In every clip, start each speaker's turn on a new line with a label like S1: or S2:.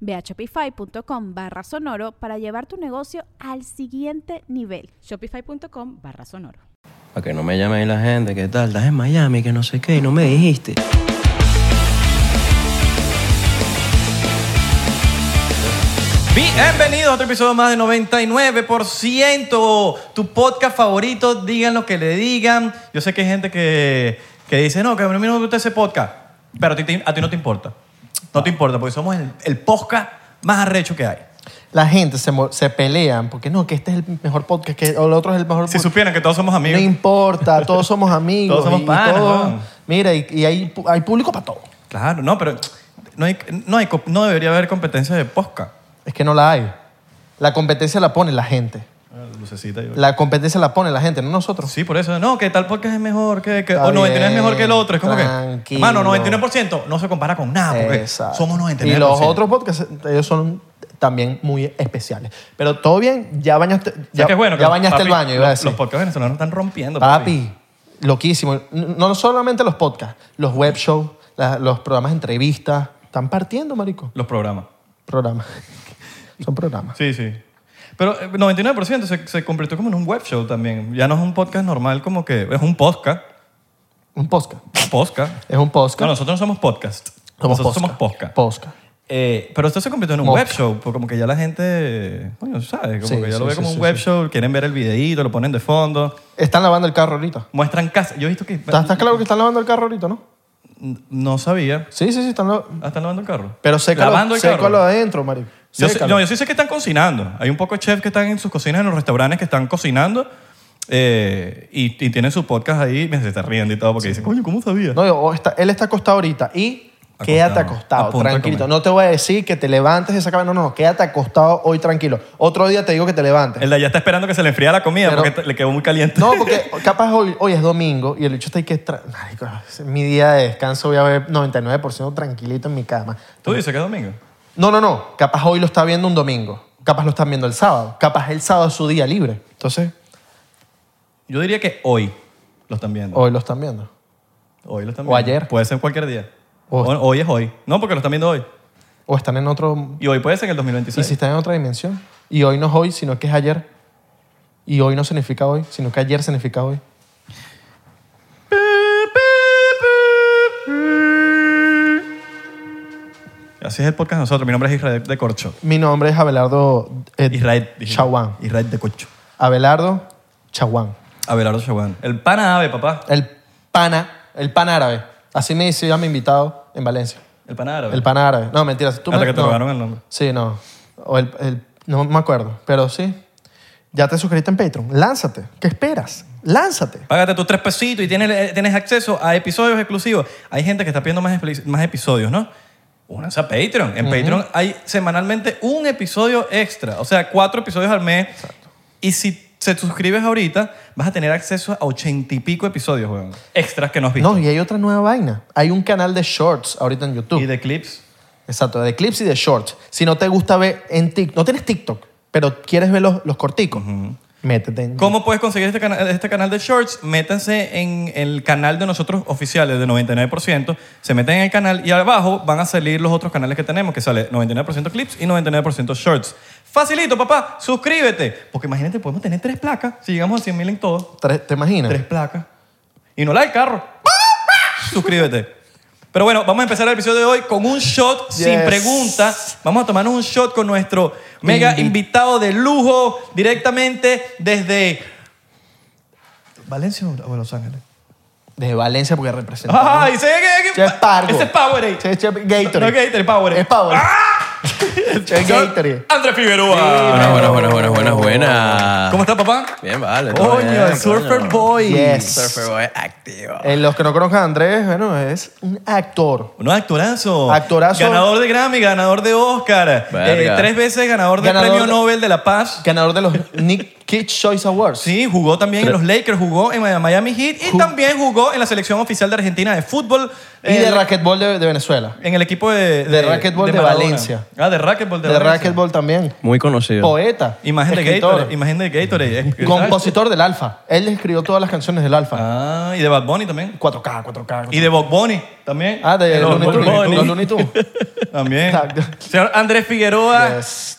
S1: Ve a shopify.com barra sonoro para llevar tu negocio al siguiente nivel.
S2: Shopify.com barra sonoro.
S3: Para que no me llame la gente, ¿qué tal? Estás en Miami, que no sé qué, y no me dijiste. Bienvenidos a otro episodio más de 99%, tu podcast favorito, digan lo que le digan. Yo sé que hay gente que, que dice, no, que a mí no me gusta ese podcast, pero a ti, te- a ti no te importa. No te importa, porque somos el, el podcast más arrecho que hay.
S4: la gente se, mo- se pelean porque no, que este es el mejor podcast, que o el otro es el mejor
S3: Si
S4: podcast.
S3: supieran que todos somos
S4: No
S3: amigos.
S4: importa, todos somos amigos.
S3: Todos somos
S4: y- y
S3: panas,
S4: todo-
S3: weón.
S4: Mira, y, y hay, pu- hay público para todo.
S3: Claro, no, pero no, hay, no, hay, co- no debería haber competencia de podcast.
S4: Es que no la hay. La competencia la pone la gente.
S3: Ah, Lucecita yo.
S4: La competencia la pone la gente, no nosotros.
S3: Sí, por eso. No, que tal podcast es mejor que... que
S4: Está
S3: o 99 es mejor que el
S4: bien,
S3: otro. Es como que...
S4: tranquilo.
S3: Mano, 99% no se compara con nada ah, porque
S4: Exacto.
S3: somos 99%.
S4: Y los otros podcasts, ellos son también muy especiales. Pero todo bien, ya bañaste, ya,
S3: que es bueno? que
S4: ya
S3: los-
S4: bañaste el
S3: papi,
S4: baño, iba a
S3: los-
S4: decir.
S3: Los podcasts venezolanos están rompiendo.
S4: Papi, loquísimo. No solamente los podcasts, los web shows, la- los programas de entrevistas. Están partiendo, marico.
S3: Los programas.
S4: Programas. Son programas.
S3: Sí, sí. Pero eh, 99% se, se convirtió como en un web show también. Ya no es un podcast normal como que... Es un podcast.
S4: Un podcast.
S3: Podcast.
S4: Es un podcast.
S3: No, nosotros no somos podcast.
S4: Somos
S3: nosotros
S4: podcast.
S3: somos podcast.
S4: Podcast.
S3: Eh, pero esto se convirtió en un
S4: Mosca.
S3: web show, porque como que ya la gente, coño, ¿sabes? Como
S4: Sí,
S3: que ya
S4: sí,
S3: lo ve
S4: sí,
S3: como
S4: sí,
S3: un web
S4: sí.
S3: show, quieren ver el videíto, lo ponen de fondo,
S4: Están lavando el carro ahorita.
S3: muestran casa. Yo he visto que...
S4: ¿Estás, estás claro que están lavando el carro ahorita, no?
S3: No sabía.
S4: Sí, sí, sí. Están la-
S3: Ah, están lavando el carro.
S4: Pero sécalo,
S3: Lavando el
S4: sécalo
S3: carro.
S4: adentro, marico.
S3: Yo, sé-
S4: Sécalo.
S3: no, yo sí sé que están cocinando. Hay un poco de chefs que están en sus cocinas, en los restaurantes que están cocinando eh, y, y tienen su podcast ahí. Mira, se está riendo y todo porque dice, coño, ¿cómo sabía?
S4: No, yo- o está- él está acostado ahorita y
S3: Acostado.
S4: quédate
S3: A
S4: acostado,
S3: punto de
S4: tranquilito.
S3: comer.
S4: No te voy a decir que te levantes de esa cama. No, no, no. Quédate acostado hoy tranquilo. Otro día te digo que te levantes.
S3: El de allá está esperando que se le enfría la comida
S4: Pero-
S3: porque t- le quedó muy caliente.
S4: No, porque capaz hoy, hoy es domingo y el bicho está ahí que... tra- Marico, es mi día de descanso voy a ver 99% tranquilito en mi cama.
S3: Tú dices que es domingo.
S4: No, no, no. Capaz hoy lo está viendo un domingo. Capaz lo están viendo el sábado. Capaz el sábado es su día libre. Entonces,
S3: Yo diría que hoy lo están viendo.
S4: hoy lo están viendo.
S3: Hoy lo están
S4: O ayer.
S3: Puede ser cualquier día.
S4: O-
S3: O- hoy es hoy. No, porque lo están viendo hoy.
S4: O están en otro...
S3: Y hoy puede ser en el
S4: Y
S3: 2026.
S4: si están en otra dimensión. Y hoy no es hoy, sino que es ayer. Y hoy no significa hoy, sino que ayer significa hoy.
S3: Así es el podcast de nosotros. Mi nombre es Israel de Corcho.
S4: Mi nombre es Abelardo eh,
S3: Israel. dije.
S4: Chaguán.
S3: Israel de Corcho.
S4: Abelardo Chaguán.
S3: Abelardo Chaguán. El pana ave, papá.
S4: El pana, el pan árabe. Así me decía mi invitado en Valencia.
S3: El pana árabe.
S4: El pan árabe. No, mentira. Tú
S3: Hasta
S4: me-
S3: que te
S4: no.
S3: robaron el nombre.
S4: Sí, no. O el, el- no me acuerdo, pero sí. Ya te suscribiste en Patreon. Lánzate. ¿Qué esperas? Lánzate.
S3: Págate tus tres pesitos y tienes, eh, tienes acceso a episodios exclusivos. Hay gente que está pidiendo más, expli- más episodios, ¿no? Únanse a Patreon. En Patreon hay semanalmente un episodio extra, o sea, cuatro episodios al mes. Y si se suscribes ahorita, vas a tener acceso a ochenta y pico episodios, weón. Extras que no has visto.
S4: No, y hay otra nueva vaina. Hay un canal de shorts ahorita en YouTube.
S3: y de clips.
S4: Exacto, de clips y de shorts. Si no te gusta ver en TikTok, no tienes TikTok, pero quieres ver los, los corticos, métete en
S3: ¿Cómo puedes conseguir este, cana- este canal de shorts? Métanse en el canal de nosotros oficiales de 99%. Se meten en el canal y abajo van a salir los otros canales que tenemos, que sale 99% clips y 99% shorts. Facilito, papá, suscríbete. Porque imagínate, podemos tener tres placas si llegamos a 100 mil en todo.
S4: Tres- ¿Te imaginas?
S3: Tres placas. Y no la del carro. Suscríbete. Pero bueno, vamos a empezar el episodio de hoy con un shot sin
S4: Yes.
S3: pregunta. Vamos a tomarnos un shot con nuestro mega
S4: Invi-
S3: invitado de lujo directamente desde ¿Valencia o Los Ángeles?
S4: Desde Valencia porque representa.
S3: ¡Ay! ¡Ese es
S4: Che, es Pargo.
S3: Ese es Powerade.
S4: Che, che, Gatorade.
S3: No es Gatorade, Powerade. ¡Ah!
S4: Es Powerade. Che, Gatorade.
S3: Andrés Figueroa. Ah,
S5: Buenas, buenas, buenas, buenas, buenas, buenas.
S3: ¿Cómo está, papá?
S5: Bien, vale. todo
S3: Coño,
S5: bien,
S3: el Surfer
S5: coño.
S3: Boy.
S4: Yes.
S5: Surfer Boy activo.
S4: Eh, los que no conozcan a Andrés, bueno, es un actor.
S3: No, actorazo.
S4: Actorazo.
S3: Ganador de Grammy, ganador de Oscar.
S5: Verga.
S3: Eh, tres veces ganador del
S4: Ganador
S3: Premio
S4: de-
S3: Nobel de la Paz.
S4: Ganador de los Nick Kids Choice Awards.
S3: Sí, jugó también en los Lakers, jugó en Miami Heat y
S4: Ju-
S3: también jugó en la selección oficial de Argentina de fútbol.
S4: Y
S3: eh,
S4: de racquetball de, de Venezuela.
S3: En el equipo de...
S4: De racquetball de
S3: Maradona.
S4: Valencia.
S3: Ah, de racquetball de,
S4: De
S3: Valencia.
S4: racquetball también.
S5: Muy conocido.
S4: Poeta.
S3: Imagen de
S4: escritor,
S3: Gatorade. Imagen de Gatorade. es-
S4: Compositor del Alfa. Él escribió todas las canciones del Alfa.
S3: Ah, y de Bad Bunny también.
S4: 4K, 4K.
S3: Y de Bob Bunny también.
S4: ah, de
S3: los
S4: Looney
S3: Bob
S4: Tunes.
S3: Bunny.
S4: Los Looney Tunes.
S3: También.
S4: Exacto.
S3: Señor Andrés Figueroa,
S4: Yes.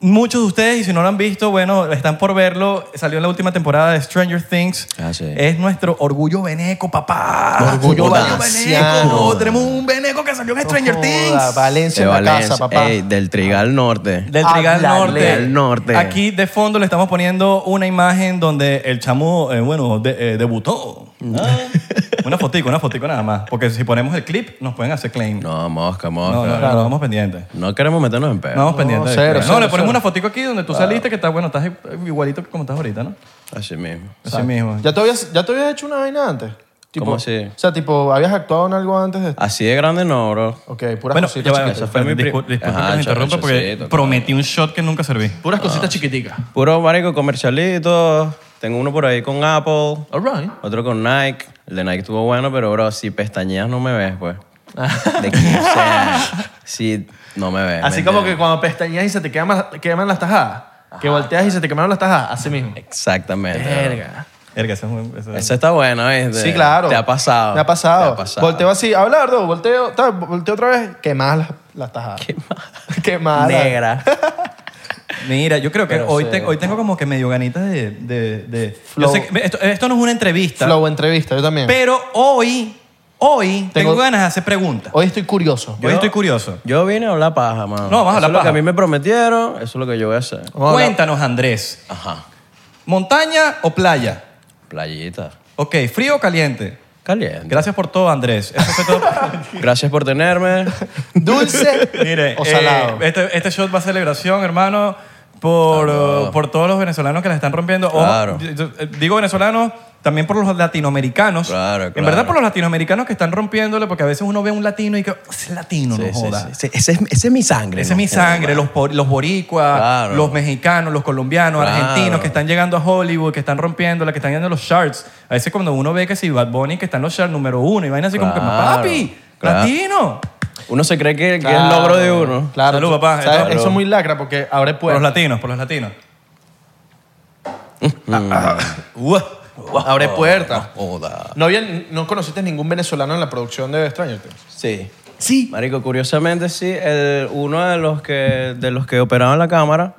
S3: muchos de ustedes, y si no lo han visto, bueno, están por verlo. Salió en la última temporada de Stranger Things.
S5: Ah, sí.
S3: Es nuestro orgullo veneco, papá.
S4: Orgullo valenciano.
S3: veneco. Tenemos un veneco que salió en Stranger
S4: Joda,
S3: Things.
S4: Valencia
S5: De
S4: en la
S5: Valencia.
S4: casa, papá.
S5: Ey, del Trigal Norte.
S3: Ah. Del Trigal
S4: Háblale.
S3: Norte.
S5: Del norte.
S3: Aquí de fondo le estamos poniendo una imagen donde el chamo, eh, bueno, de- eh, debutó.
S4: Mm.
S3: Ah, Una fotico, una fotico nada más. Porque si ponemos el clip, nos pueden hacer claim.
S5: No, mosca,
S3: no, no,
S5: mosca.
S3: no,
S5: No,
S3: no, vamos pendientes.
S5: queremos meternos en pedo.
S3: No, vamos pendientes. de-
S4: cero,
S3: no,
S4: cero,
S3: le ponemos
S4: cero.
S3: una fotico aquí donde tú saliste, que está bueno, estás igualito que como estás ahorita, ¿no?
S5: Así mismo.
S3: Así mismo.
S4: ¿Ya te, habías, ¿Ya te habías hecho una vaina antes? Tipo,
S5: ¿Cómo así?
S4: O sea, tipo, ¿habías actuado en algo antes de
S5: Así de grande no, bro.
S4: Ok, puras
S3: bueno, ya
S4: cositas
S3: va,
S4: chiquitas.
S5: Esa fue mi
S3: discul-
S5: pri-
S3: disculpa
S5: Ajá,
S3: que me interrumpa
S5: chorro,
S3: porque
S5: sí, total.
S3: prometí un shot que nunca serví. Ah.
S4: Puras cositas chiquiticas.
S5: Puro marico comercialito. Tengo uno por ahí con Apple.
S4: All right.
S5: Otro con Nike. El de Nike estuvo bueno, pero bro, si pestañeas no me ves, pues. De 15 años. Si no me ves.
S4: Así
S5: ¿me
S4: como que
S5: entiendes?
S4: cuando pestañas y se te queman, queman las tajadas. Que volteas y se te quemaron las tajadas. Así mismo.
S5: Exactamente. bro.
S4: Verga.
S3: Verga, eso es muy- eso es-
S5: Eso está bueno, ¿viste?
S4: Sí, claro.
S5: Te ha pasado.
S4: Me ha pasado.
S5: Te ha pasado.
S4: Volteo así, Abelardo, volteo, tal, volteo otra vez, quemadas las, las tajadas. Quemadas. quemadas.
S5: Negra.
S3: Mira, yo creo que
S4: Pero
S3: hoy,
S4: sí.
S3: te- hoy tengo como que medio ganitas de... de, de- yo
S4: Flow.
S3: sé que- esto, esto no es una entrevista,
S4: Flow entrevista, yo también.
S3: pero hoy, hoy tengo,
S4: Tengo-
S3: ganas de hacer preguntas.
S4: Hoy estoy curioso.
S3: Hoy estoy curioso.
S5: Yo vine a hablar paja, mano.
S3: No, vas a hablar
S5: Eso es lo
S3: paja.
S5: que a mí me prometieron, eso es lo que yo voy a hacer.
S4: Vamos a hablar-
S3: Cuéntanos, Andrés,
S5: Ajá.
S3: ¿montaña o playa?
S5: Playita.
S3: Ok, ¿frío o caliente?
S5: Caliente.
S3: Gracias por todo, Andrés. Eso fue todo.
S5: Gracias por tenerme.
S4: Dulce
S3: Mire,
S4: o
S3: eh,
S4: salado.
S3: este, este shot va a celebración, hermano, por, eh, por todos los venezolanos que la están rompiendo. Ojo,
S5: Claro.
S3: yo- yo, eh, digo venezolanos, también por los latinoamericanos.
S5: Claro,
S3: En
S5: claro.
S3: verdad, por los latinoamericanos que están rompiéndole, porque a veces uno ve a un latino y que es latino,
S5: Sí,
S3: no
S5: sí,
S3: joda.
S5: sí, sí. Ese, es, ese es mi sangre.
S3: Esa es
S5: no
S3: mi
S5: joda.
S3: sangre, los, por- los boricuas,
S5: Claro.
S3: los mexicanos, los colombianos,
S5: Claro.
S3: argentinos que están llegando a Hollywood, que están rompiendo, que están yendo a los charts. A veces cuando uno ve que si Bad Bunny que está en los charts número uno y vaina así como que,
S5: Claro.
S3: papi,
S5: Claro.
S3: latino. Uno se cree que,
S5: Que es el logro de uno.
S4: Claro.
S3: Salud, papá.
S4: ¿Sabes?
S3: Salud.
S4: Eso es muy lacra porque abre
S3: Por
S5: Pues-
S3: los
S4: puertas.
S3: latinos, por los latinos. Ah,
S4: Abre puertas.
S5: Joda.
S4: No, había- no conociste ningún venezolano en la producción de Stranger Things.
S5: Sí. Sí. Marico, curiosamente sí, el- uno de los que de los que operaban la cámara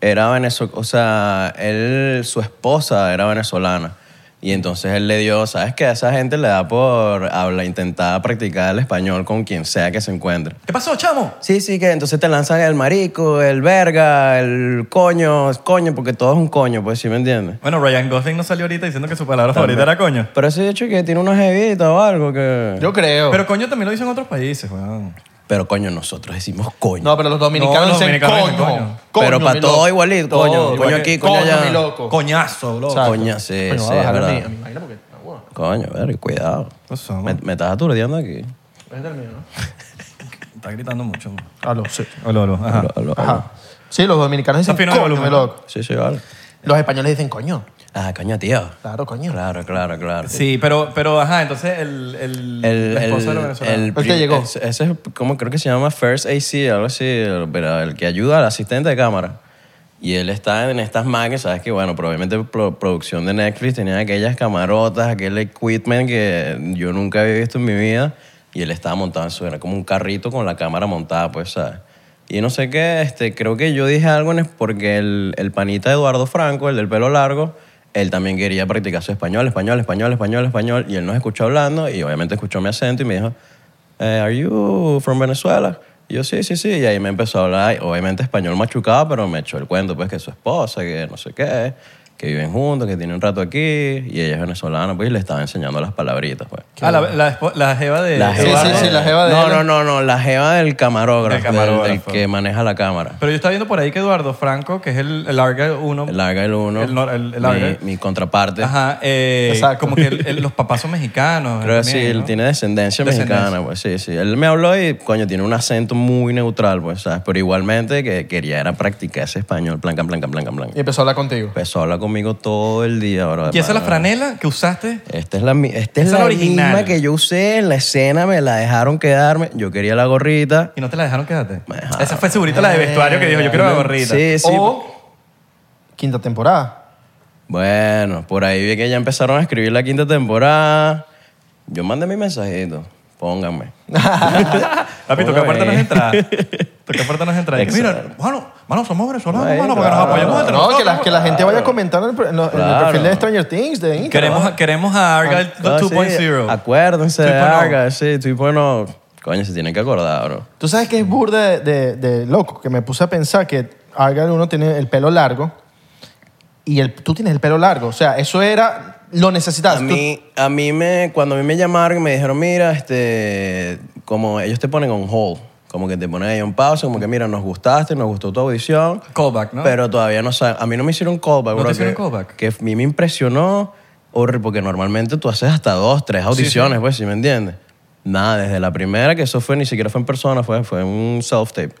S5: era venezolano, o sea, él su esposa era venezolana. Y entonces él le dio, ¿sabes qué? A esa gente le da por habla, intentar practicar el español con quien sea que se encuentre.
S3: ¿Qué pasó, chamo?
S5: Sí, sí, que entonces te lanzan el marico, el verga, el coño, coño, porque todo es un coño, pues, ¿sí me entiendes?
S3: Bueno, Ryan Gosling no salió ahorita diciendo que su palabra favorita era coño.
S5: Pero ese hecho que tiene una jevita o algo que...
S4: Yo
S5: Oh.
S4: creo.
S3: Pero coño también lo dicen en otros países, weón.
S5: Pero coño, nosotros decimos coño.
S4: no, pero los
S3: No,
S4: dominicanos
S3: los
S4: dicen
S3: dominicanos
S4: coño.
S3: dicen coño.
S4: coño,
S5: Pero pa'
S4: mi
S5: todo
S4: loco.
S5: igualito,
S4: Todo
S5: coño,
S4: igual
S5: coño
S4: que-
S5: aquí, coño allá.
S4: mi loco.
S3: Coñazo, loco.
S4: Exacto.
S5: Oh, Coño, sí,
S4: Coño,
S5: sí,
S4: voy a
S5: es
S4: bajar a mí,
S5: verdad.
S4: a mi vaina porque- ah, bueno,
S5: Coño, verga, cuidado.
S3: ¿Qué pasó,
S5: Me,
S3: man?
S5: me estás aturdiendo aquí.
S4: es del mío, ¿no?
S3: Está gritando mucho. man.
S4: Aló, sí.
S3: Aló, aló. Ajá.
S5: Aló, aló, aló.
S4: Ajá. Sí, los dominicanos
S3: Está
S4: dicen
S3: fino el
S4: coño, mi
S3: volumen.
S4: loco.
S5: Sí, sí, vale.
S4: Los españoles dicen coño.
S5: Ah, coño, tío.
S4: Claro, coño.
S5: Claro, claro, claro.
S3: Sí, pero, pero ajá, entonces el, el,
S5: El,
S3: la esposa de
S5: el,
S3: los venezolanos.
S5: el
S4: que
S5: prim-
S4: llegó.
S5: Ese, ese es como creo que se llama First AC, algo así, el, pero el que ayuda al asistente de cámara. Y él está en estas máquinas, sabes que bueno, probablemente pro- producción de Netflix tenía aquellas camarotas, aquel equipment que yo nunca había visto en mi vida. Y él estaba montado en su, era como un carrito con la cámara montada, pues, ¿sabes? Y no sé qué, este, creo que yo dije algo en es- porque el, el panita Eduardo Franco, el del pelo largo, él también quería practicar su español, español, español, español, español. Y él nos escuchó hablando y obviamente escuchó mi acento y me dijo, eh, ¿Are you from Venezuela? Y yo, sí, sí, sí. Y ahí me empezó a hablar, obviamente español machucado, pero me echó el cuento, pues, que su esposa, que no sé qué, que viven juntos, que tienen un rato aquí, y ella es venezolana, pues, y le estaba enseñando las palabritas, pues.
S3: Ah, la, la, espo- la jeva de...
S5: La
S3: de
S5: jeva
S4: sí,
S5: de-
S3: Eduardo.
S4: sí, la jeva de
S5: No,
S4: él.
S5: no, no, no, la jeva del camarógrafo, del,
S3: Del camarógrafo.
S5: del que maneja la cámara.
S3: Pero yo estaba viendo por ahí que Eduardo Franco, que es el, el Arga 1,
S5: El larga el uno,
S3: El nor- el- el larga.
S5: Mi, mi contraparte.
S3: ajá, eh,
S4: Exacto.
S3: como que el- el- los papás son mexicanos.
S5: Creo que sí,
S3: también,
S5: él
S3: ¿no?
S5: tiene descendencia,
S3: Descendencia.
S5: mexicana, pues sí, sí. Él me habló y, coño, tiene un acento muy neutral, pues, ¿sabes? Pero igualmente que quería era practicar ese español, blanca, blanca, blanca, blanca.
S4: Y empezó a hablar contigo.
S5: Empezó a hablar conmigo todo el día, bro.
S3: ¿Y esa es la
S5: hermano.
S3: franela que usaste?
S5: Esta es la, mi- esta es
S3: Esa es
S5: la
S3: la original.
S5: misma que yo usé en la escena, me la dejaron quedarme. Yo quería la gorrita.
S3: ¿Y no te la dejaron quedarte?
S5: Me dejaron.
S3: Esa fue segurita la de vestuario que dijo, yo quiero la gorrita.
S5: Sí, sí.
S4: O quinta temporada.
S5: Bueno, por ahí vi que ya empezaron a escribir la quinta temporada. Yo mandé mi mensajito. Pónganme.
S3: Papi,
S5: Póngame
S3: toca puerta nos
S5: ahí.
S3: entra. Toca puerta nos entra. Y que,
S5: Exacto.
S3: Mira, mano, mano, somos venezolanos,
S5: Bueno,
S3: mano, porque nos
S5: claro.
S3: apoyamos entre
S4: No,
S3: nosotros.
S4: que la, que la gente vaya a comentar en el, en el
S5: Claro.
S4: perfil de Stranger Things de Instagram.
S3: Queremos, queremos a Argyle
S5: Ah, No, sí,
S3: 2.0.
S5: acuérdense de
S3: 2.0.
S5: Arga, sí, 2.0. Coño, se tienen que acordar, bro.
S4: Tú sabes que es burda de, de- de loco, que me puse a pensar que Argal uno tiene el pelo largo y el, tú tienes el pelo largo. O sea, eso era, lo necesitas.
S5: A mí, a mí me, cuando a mí me llamaron y me dijeron, mira, este, como ellos te ponen on hold, como que te ponen ahí un pausa, como que mira, nos gustaste, nos gustó tu audición,
S3: Callback, ¿no?
S5: pero todavía no saben. A mí no me hicieron callback,
S3: ¿No
S5: bro,
S3: te hicieron
S5: que,
S3: callback?
S5: Que a mí me impresionó, horrible, porque normalmente tú haces hasta dos, tres audiciones, pues, si me entiendes? Nada, desde la primera, que eso fue, ni siquiera fue en persona, fue, fue un self-tape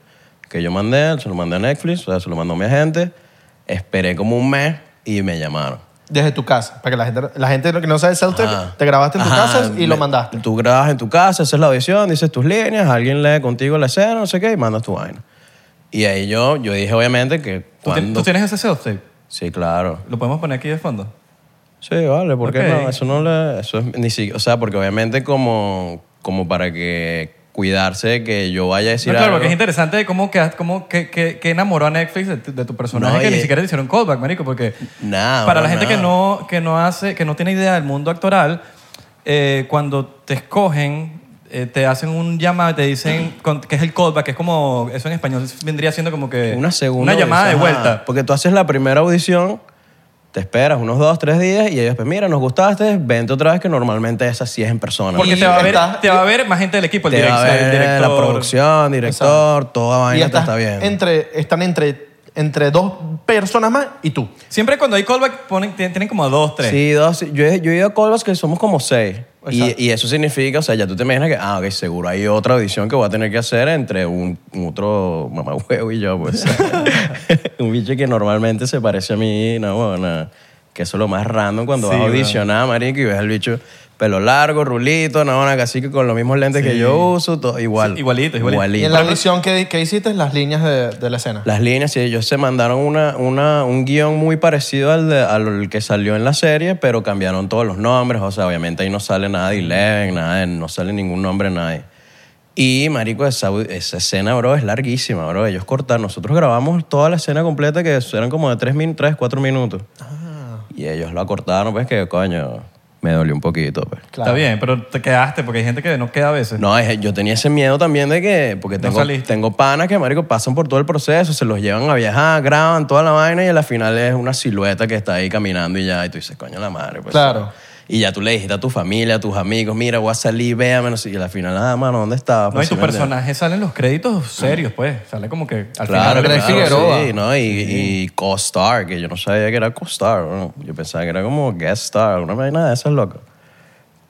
S5: que yo mandé, se lo mandé a Netflix, o sea, se lo mandó a mi agente, esperé como un mes y me llamaron.
S4: Desde tu casa, para que la gente, la gente que no sabe self
S5: Ajá.
S4: te grabaste en tu
S5: Ah. Ajá,
S4: casa y
S5: me-
S4: lo mandaste.
S5: Tú grabas en tu casa, haces la audición, dices tus líneas, alguien lee contigo la escena, no sé qué, y mandas tu vaina. Y ahí yo, yo dije obviamente que
S3: ¿Tú, ti-
S5: cuando...
S3: tú tienes ese self-tape?
S5: Sí, claro.
S3: ¿Lo podemos poner aquí de fondo?
S5: Sí, vale, ¿por qué
S3: Ok.
S5: no? Eso no le... Eso es ni si- o sea, porque obviamente como, como para que cuidarse de que yo vaya a decir
S3: No, claro,
S5: algo.
S3: porque es interesante de cómo, que, cómo que, que- que enamoró a Netflix de tu, de tu personaje
S5: No,
S3: que
S5: y-
S3: ni siquiera le hicieron callback, marico, porque
S5: Nah,
S3: para la
S5: bueno,
S3: gente que
S5: nah.
S3: no que no hace que no tiene idea del mundo actoral, eh, cuando te escogen eh, te hacen un llamado, te dicen con- que es el callback, que es como eso en español vendría siendo como que
S5: Una segunda.
S3: una llamada de
S5: audición, ajá.
S3: vuelta.
S5: Porque tú haces la primera audición, te esperas unos dos, tres días y ellos, pues mira, nos gustaste, vente otra vez que normalmente esa sí es en persona.
S3: Porque
S4: Y
S3: te va, a ver,
S4: estás-
S3: te va a ver más gente del equipo, el,
S5: Te va
S3: director,
S5: a ver
S3: Pues el director.
S5: la producción, director, toda
S4: y
S5: vaina te
S4: estás
S5: está bien.
S4: entre, están entre, entre dos personas más y tú.
S3: Siempre cuando hay callback ponen, tienen tienen como a dos, tres.
S5: Sí, dos. Yo he, yo he ido a Colbas que somos como seis. Y,
S4: Exacto.
S5: y eso significa, o sea, ya tú te imaginas que, ah, ok, seguro hay otra audición que voy a tener que hacer entre un un otro mamahuevo y yo, pues. un bicho que normalmente se parece a mí, no, bueno, que eso es lo más random cuando
S3: Sí,
S5: vas a
S3: bro.
S5: audicionar, marico, y ves al bicho pelo largo, rulito, no, bueno, casi que con los mismos lentes que
S3: Sí.
S5: yo uso, todo, igual.
S3: Sí, igualito, igualito.
S4: Y en la audición que, que hiciste, las líneas de, de la escena.
S5: Las líneas, sí, ellos se mandaron una, una, un guión muy parecido al, de- al que salió en la serie, pero cambiaron todos los nombres. O sea, obviamente ahí no sale nada de Eleven, nada de- no sale ningún nombre de nadie. Y, marico, esa, esa escena, bro, es larguísima, bro. Ellos cortaron. Nosotros grabamos toda la escena completa, que eran como de 3, min, tres, 4 minutos. Y ellos la cortaron, pues, que, coño, me dolió un poquito, pues.
S4: Claro.
S3: Está bien, pero te quedaste porque hay gente que no queda a veces.
S5: No, es- yo tenía ese miedo también de que, porque
S3: No
S5: tengo,
S3: saliste.
S5: tengo panas que, marico, pasan por todo el proceso, se los llevan a viajar, graban toda la vaina y a la final es una silueta que está ahí caminando y ya, y tú dices, coño, la madre. Pues,
S4: Claro.
S5: Y ya tú le dijiste a tu familia, a tus amigos, mira, voy a salir, véame, no sé, y a la final, ah, mano, ¿dónde estabas?
S3: No, y
S5: Pues,
S3: tu
S5: ¿sí me entiendes?
S3: personaje salen los créditos serios, pues. Sale como que al
S5: Claro,
S3: final.
S4: Andrés
S5: claro,
S4: Figueroa.
S5: sí, ¿no? Y, y co-star, que yo no sabía que era co-star. ¿no? Yo pensaba que era como guest star, una vaina de esas, loco.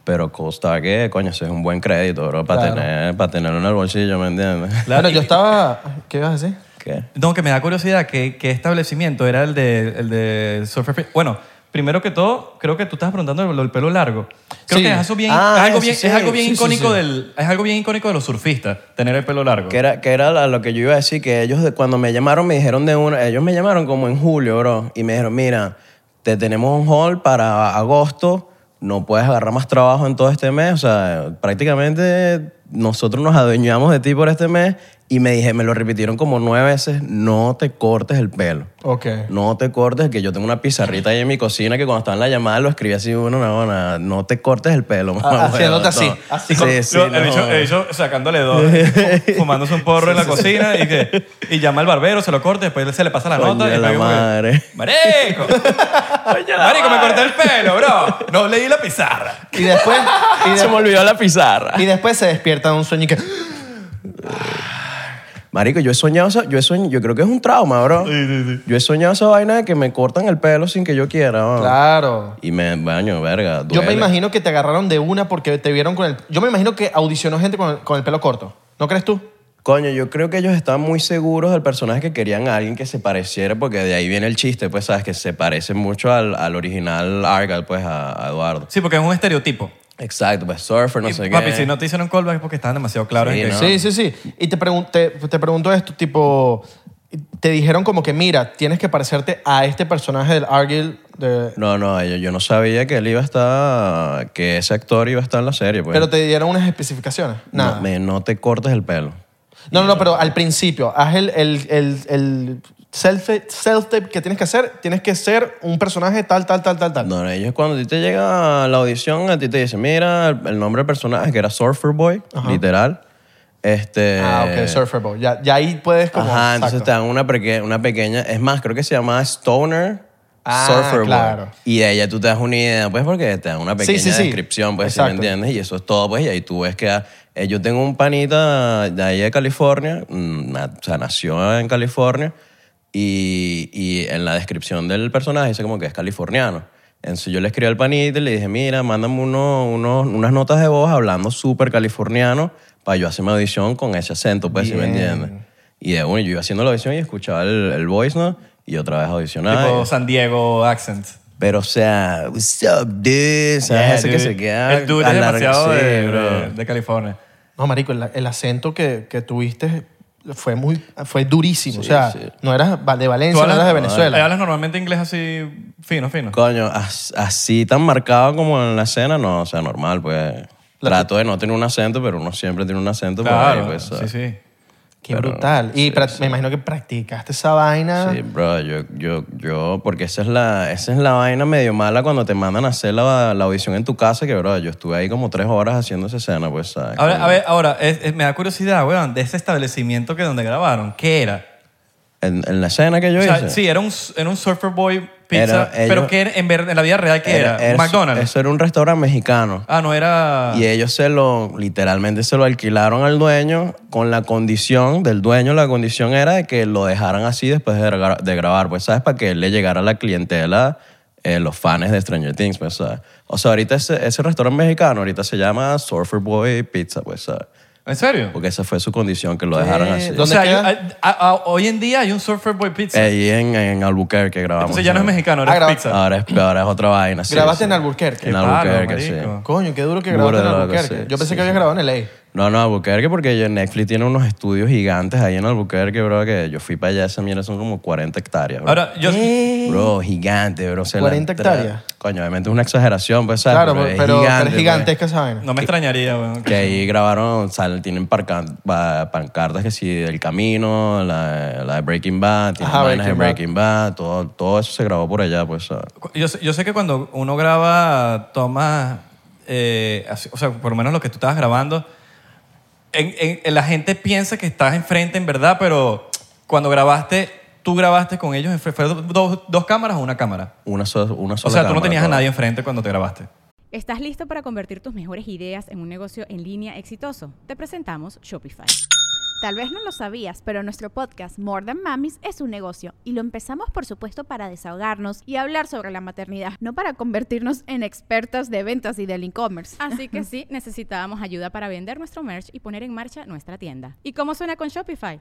S5: Pero co-star, que coño, ese es un buen crédito, bro, para
S4: Claro.
S5: tener, para tenerlo en el bolsillo, ¿me entiendes?
S3: Claro,
S4: bueno,
S3: y-
S4: yo estaba... ¿Qué ibas a decir?
S5: ¿Qué?
S3: No, que me da curiosidad qué, qué establecimiento era el de, el de Surfer Fit. Bueno, primero que todo, creo que tú estabas preguntando lo del pelo largo. Creo
S4: Sí.
S3: que es, eso bien,
S5: Ah,
S3: es algo
S5: sí,
S3: bien,
S5: sí,
S3: es algo bien
S5: sí, sí,
S3: icónico
S5: sí.
S3: del, es algo bien icónico de los surfistas, tener el pelo largo.
S5: Que era, que era la- lo que yo iba a decir, que ellos de- cuando me llamaron me dijeron de una, ellos me llamaron como en julio, bro, y me dijeron, mira, te tenemos un hall para agosto, no puedes agarrar más trabajo en todo este mes, o sea, prácticamente nosotros nos adueñamos de ti por este mes y me dije, me lo repitieron como nueve veces, no te cortes el pelo.
S4: Ok.
S5: No te cortes, que yo tengo una pizarrita ahí en mi cocina que cuando estaba en la llamada lo escribí así, uno, no, no, no te cortes el pelo. mamá, huevo,
S4: haciéndote así,
S5: no.
S4: así
S5: Sí,
S4: con-
S5: sí,
S3: Lo- el,
S5: no.
S3: bicho, el bicho sacándole dos, fu- fumándose un porro en la cocina y, que, y llama al barbero, se lo corta, después se le pasa la
S5: Coño
S3: nota.
S5: la
S3: y luego como que,
S5: madre.
S3: ¡Marico! ¡Marico, me corté el pelo, bro! No leí la pizarra.
S4: Y después, y, de-
S5: Se me olvidó la pizarra.
S4: y después se despierta de un sueño y que...
S5: Marico, yo he soñado esa, yo he soñado, yo creo que es un trauma, bro. Yo he soñado esa vaina de que me cortan el pelo sin que yo quiera. ¿no?
S4: Claro.
S5: Y me baño, verga.
S4: Yo me
S5: duele.
S4: imagino que te agarraron de una porque te vieron con el... Yo me imagino que audicionó gente con el, con el pelo corto. ¿No crees tú?
S5: Coño, yo creo que ellos estaban muy seguros del personaje que querían a alguien que se pareciera, porque de ahí viene el chiste, pues, ¿sabes? Que se parece mucho al, al original Argal, pues, a, a Eduardo.
S3: Sí, porque es un estereotipo.
S5: Exacto, pues, surfer, no
S3: Y,
S5: sé
S3: papi,
S5: qué.
S3: si no te hicieron callback es porque estaban demasiado claros.
S5: Sí,
S3: en que-
S5: ¿no?
S4: Sí, sí, sí. Y te, pregun- te, te pregunto esto, tipo... Te dijeron como que, mira, tienes que parecerte a este personaje del Argyle. de-
S5: No, no, yo, yo no sabía que él iba a estar, que ese actor iba a estar en la serie, pues.
S4: Pero te dieron unas especificaciones. Nada.
S5: No, me- no te cortes el pelo.
S4: No, no, no, pero al principio, haz el, el, el, el self-tape que tienes que hacer. Tienes que ser un personaje tal, tal, tal, tal, tal.
S5: No, no, ellos cuando a ti te llega la audición, a ti te dicen, mira, el, el nombre del personaje, que era Surfer Boy, literal. Este,
S4: Ah, ok, Surfer Boy. Ya, ya ahí puedes como...
S5: Ajá, entonces te
S4: exacto.
S5: dan una, preque- una pequeña. Es más, creo que se llama Stoner
S4: Ah,
S5: Surfer Boy.
S4: claro.
S5: Y de ella tú te das una idea, pues, porque te dan una
S4: Sí,
S5: pequeña
S4: sí, sí.
S5: descripción, pues, si me
S4: Exacto.
S5: entiendes. Y eso es todo, pues, y ahí tú ves que. ah, eh, yo tengo un panita de ahí de California, mm, na- o sea, nació en California, y, y en la descripción del personaje dice como que es californiano. Entonces yo le escribí al panita y le dije, mira, mándame uno, uno- unas notas de voz hablando súper californiano para yo hacer mi audición con ese acento, pues, si me entiendes. Y de uno, yo iba haciendo la audición y escuchaba el, el voice, ¿no? Y otra vez audicionaba.
S3: Tipo
S5: y-
S3: San Diego accent.
S5: pero, o sea, what's up, dude? O sea,
S3: Yeah,
S5: ese
S3: dude.
S5: que se queda
S3: El dude es
S5: alarga-
S3: demasiado
S5: sí,
S3: de,
S5: bro.
S3: de- de California.
S4: No, marico, el, el acento que, que tuviste fue muy... Fue durísimo. o sea,
S5: sí.
S4: no eras va- de Valencia,
S3: Tú
S4: no
S3: hablas-
S4: eras de
S3: Eh,
S4: Venezuela.
S3: Hablas normalmente inglés así fino, fino.
S5: Coño, as- así tan marcado como en la escena, no, o sea, normal, pues. Trato de no tener un acento, pero uno siempre tiene un acento por ahí,
S3: Claro,
S5: pues,
S3: sí,
S5: ¿sabes?
S3: sí.
S4: Qué brutal. Y pra- me imagino que practicaste esa vaina.
S5: Sí, bro, yo, yo, yo, porque esa es, la, esa es la vaina medio mala cuando te mandan a hacer la, la audición en tu casa, que, bro, yo estuve ahí como tres horas haciendo esa escena, pues, ¿sabes?
S3: Ahora, a ver, ahora, es- es- me da curiosidad, weón, de ese establecimiento que donde grabaron, ¿qué era?
S5: En, en la escena que yo
S3: O
S5: hice.
S3: sea, sí, era un, era un Surfer Boy Pizza,
S5: Era- ellos-
S3: pero que en, ver- en la vida real, ¿qué era?
S5: eso-
S3: ¿Un McDonald's?
S5: Eso era un restaurante mexicano.
S3: Ah, no, era...
S5: Y ellos se lo, literalmente se lo alquilaron al dueño con la condición del dueño, la condición era de que lo dejaran así después de, gra- de grabar, pues, ¿sabes? Para que le llegara a la clientela, eh, los fans de Stranger Things, pues, ¿sabes? O sea, ahorita ese, ese restaurante mexicano ahorita se llama Surfer Boy Pizza, pues, ¿sabes?
S3: ¿En serio?
S5: Porque esa fue su condición, que lo dejaran así.
S3: o
S4: ¿Dónde
S3: sea,
S4: queda?
S3: yo- a- a- a- hoy en día hay un Surfer Boy Pizza.
S5: Ahí en, en Albuquerque grabamos.
S3: Entonces ya no es
S5: ¿sabes?
S3: mexicano,
S4: Ah,
S3: ahora
S4: graba-
S3: es pizza.
S5: Ahora es, ahora es otra vaina. sí, sí.
S4: ¿Grabaste en Albuquerque?
S5: En
S3: Qué palo,
S5: Albuquerque, sí.
S3: marico.
S4: Coño, qué duro que
S5: Burda
S4: grabaste en
S5: de loco,
S4: Albuquerque.
S5: sí,
S4: Yo pensé
S5: sí,
S4: que habías
S5: sí.
S4: grabado en LA.
S5: No, no, Albuquerque, porque en Netflix tiene unos estudios gigantes ahí en Albuquerque, bro, que yo fui para allá, esa mierda son como 40 hectáreas, bro.
S3: Ahora, yo...
S5: Bro, gigante, bro. se la
S4: 40
S5: entra-
S4: hectáreas.
S5: Coño, obviamente es una exageración, pues, ¿sabes?
S4: Claro, pero, pero es
S5: pues.
S4: gigantesca esa vaina.
S3: No me extrañaría, weón.
S5: Que ahí grabaron, salen, tienen parca- pa- pancartas que sí, El Camino, la, la de Breaking Bad, tienen
S4: Ajá,
S5: vainas de
S4: Breaking
S5: Breaking Bad, todo, todo eso se grabó por allá, pues, ¿sabes?
S3: Yo, sé- yo sé que cuando uno graba, toma, eh, así- o sea, por lo menos lo que tú estabas grabando, en- en- en la gente piensa que estás enfrente en verdad, pero cuando grabaste, tú grabaste con ellos, enfre- ¿fue do- dos, dos cámaras o una cámara?
S5: Una, sola- una sola
S3: O sea, tú no
S5: cámara,
S3: tenías a
S5: todo.
S3: nadie enfrente cuando te grabaste.
S2: ¿Estás listo para convertir tus mejores ideas en un negocio en línea exitoso? Te presentamos Shopify.
S1: Tal vez no lo sabías, pero nuestro podcast More Than Mamis es un negocio y lo empezamos por supuesto para desahogarnos y hablar sobre la maternidad, no para convertirnos en expertas de ventas y del e-commerce. Ah,
S2: Así que sí, necesitábamos ayuda para vender nuestro merch y poner en marcha nuestra tienda. ¿Y cómo suena con Shopify?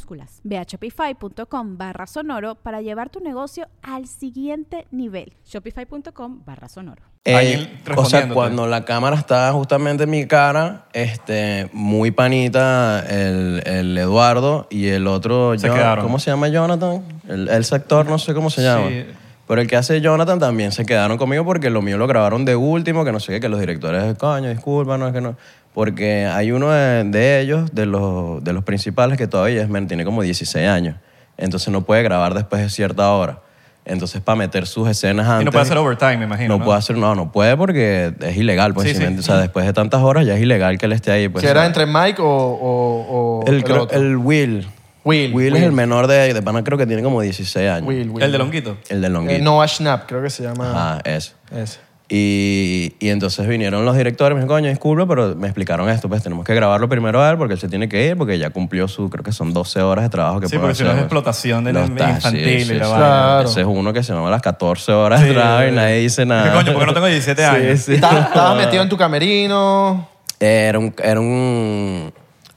S1: Ve a shopify.com barra sonoro para llevar tu negocio al siguiente nivel.
S2: Shopify.com barra sonoro.
S5: Eh,
S3: Ahí
S5: o sea,
S3: respondiéndote.
S5: cuando la cámara está justamente en mi cara, este, muy panita el, el Eduardo y el otro,
S3: Se
S5: Jon-
S3: quedaron.
S5: ¿cómo se llama Jonathan? El, el sector, no sé cómo se llama.
S3: Sí.
S5: Pero el que hace Jonathan también se quedaron conmigo porque lo mío lo grabaron de último, que no sé qué, que los directores, coño, disculpa, no es que no. Porque hay uno de, de ellos, de los, de los principales, que todavía es men, tiene como 16 años. Entonces no puede grabar después de cierta hora. Entonces, para meter sus escenas antes.
S3: Y no puede hacer overtime, me imagino.
S5: No,
S3: ¿no?
S5: puede hacer, no, no puede porque es ilegal, pues.
S3: Sí,
S5: si
S3: sí.
S5: me entiendes. O sea, después de tantas horas ya es ilegal que él esté ahí. Pues,
S4: si era entre Mike o, o- o
S5: el, creo-
S4: otro.
S5: el Will.
S4: Will,
S5: es
S4: Will.
S5: el menor de, de pana, creo que tiene como 16 años.
S4: Will, Will.
S3: El de Longuito.
S5: El del
S4: Eh,
S5: Longuito.
S4: Noah Schnapp, creo que se llama.
S5: Ajá, eso.
S4: Ese.
S5: Y, y entonces vinieron los directores, me dijeron, coño, disculpa, pero me explicaron esto, pues tenemos que grabarlo primero a él porque él se tiene que ir porque ya cumplió su, creo que son 12 horas de trabajo que
S3: Sí,
S5: puede
S3: porque si no es
S5: hacer.
S3: explotación de
S5: Los
S3: la
S5: taxis,
S3: infantil
S5: sí,
S3: y la
S5: sí.
S3: vaina.
S4: Claro.
S5: Ese es uno que se llama las 14 horas de
S3: Sí.
S5: trabajo y nadie dice nada.
S3: ¿Qué coño? Porque no tengo 17 años.
S5: Sí, sí.
S4: Estabas estabas metido en tu camerino.
S5: Era un, era un...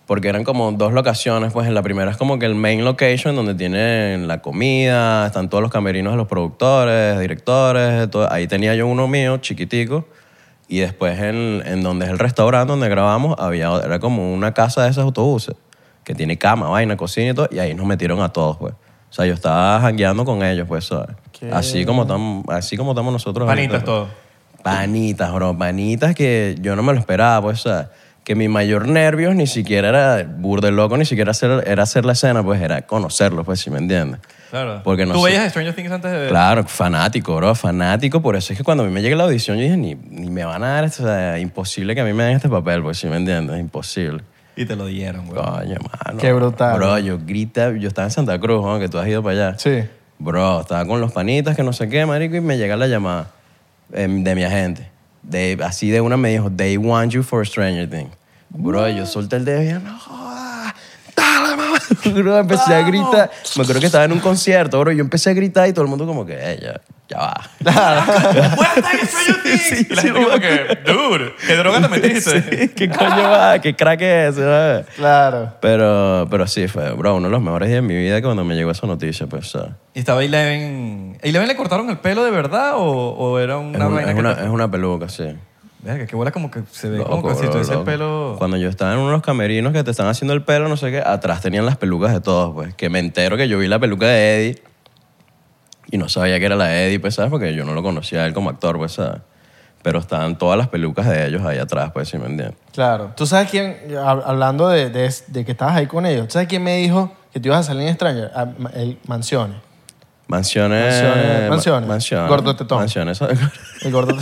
S5: Porque eran como dos locaciones, pues en la primera es como que el main location donde tienen la comida, están todos los camerinos de los productores, directores, todo. ahí tenía yo uno mío, chiquitico, y después en, en donde es el restaurante donde grabamos, había, era como una casa de esos autobuses, que tiene cama, vaina, cocina y todo, y ahí nos metieron a todos, pues. O sea, yo estaba jangueando con ellos, pues, ¿sabes? Así como estamos así como estamos nosotros.
S3: Panitas
S5: ahorita, pues.
S3: todo.
S5: Panitas, bro. Panitas que yo no me lo esperaba, pues, o sea, que mi mayor nervio ni siquiera era burde loco, ni siquiera hacer, era hacer la escena, pues era conocerlo, pues, si me entiendes.
S3: Claro.
S5: Porque no
S3: ¿Tú
S5: sé-
S3: veías Stranger Things antes de...?
S5: Claro, fanático, bro, fanático. Por eso es que cuando a mí me llegue la audición, yo dije, ni, ni me van a dar, esto, o sea, imposible que a mí me den este papel, pues, si me entiendes, imposible.
S3: Y te lo dieron, güey.
S5: Coño, mano.
S4: Qué brutal.
S5: Bro, yo grita, yo estaba en Santa Cruz, ¿no? que tú has ido para allá.
S4: Sí.
S5: Bro, estaba con los panitas, que no sé qué, marico, y me llega la llamada eh, de mi agente. De, así de una me dijo, they want you for Stranger Things. Bro, yo solté el dedo y dije, no jodas, dale, mamá. Bro, empecé a gritar. Me acuerdo que estaba en un concierto, bro, y yo empecé a gritar y todo el mundo como que, eh, ya, ya va.
S3: ¡Buenas tardes, Stranger Things!
S5: Sí,
S3: y la
S5: sí,
S3: gente como
S5: bro.
S3: que, dude, ¿qué droga te metiste?
S5: Sí, ¿Qué coño va? ¿Qué crack es ese, va?
S4: Claro.
S5: Pero, pero sí, fue, bro, uno de los mejores días de mi vida que cuando me llegó esa noticia, pues, o sea,
S3: Y estaba Eleven... ¿Eleven le cortaron el pelo de verdad o, o era
S5: es,
S3: una
S5: una,
S3: vaina
S5: es
S3: que...
S5: una-
S3: te-
S5: es una peluca, sí.
S3: Verga, que bola como que se ve
S5: Loco,
S3: como que si
S5: bro,
S3: tuviese el
S5: loco.
S3: pelo...
S5: Cuando yo estaba en unos camerinos que te están haciendo el pelo, no sé qué, atrás tenían las pelucas de todos, pues. Que me entero que yo vi la peluca de Eddie y no sabía que era la de Eddie, pues, ¿sabes? Porque yo no lo conocía a él como actor, pues, ¿sabes? Pero estaban todas las pelucas de ellos ahí atrás, pues, si me entiendes.
S4: Claro. Tú sabes quién, hab- hablando de, de es- de que estabas ahí con ellos, ¿tú sabes quién me dijo que te ibas a salir en Stranger? Ah, ma- el Mansiones.
S5: Mansiones.
S4: Mansiones,
S5: ma-
S4: mansiones.
S5: Mansiones.
S4: Gordo tetón.
S5: Mansiones.
S4: El gordo.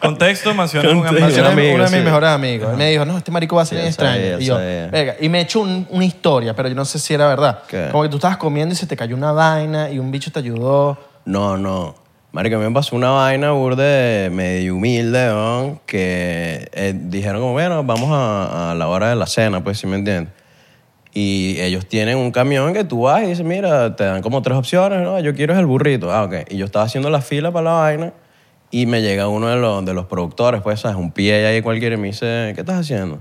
S3: Contexto, mansiones un
S5: Contexto.
S3: amigo.
S4: Mansiones,
S5: amigo,
S4: uno de mis
S5: sí.
S4: mejores amigos. Él me dijo, no, este marico va a salir
S5: Sí,
S4: en
S5: yo sabía,
S4: Stranger.
S5: yo
S4: Y yo,
S5: sabía.
S4: "Verga". Y me echó un- una historia, pero yo no sé si era verdad.
S5: ¿Qué?
S4: Como que tú estabas comiendo y se te cayó una vaina y un bicho te ayudó.
S5: No, no. Marico, a mí me pasó una vaina burde medio humilde, ¿no? que eh, dijeron como, bueno, vamos a, a la hora de la cena, pues, si me entiendes? Y ellos tienen un camión que tú vas y dices, mira, te dan como tres opciones, ¿no? Yo quiero es el burrito. Ah, ok. Y yo estaba haciendo la fila para la vaina y me llega uno de los, de los productores, pues, ¿sabes? Un pie ahí cualquiera y me dice, ¿qué estás haciendo?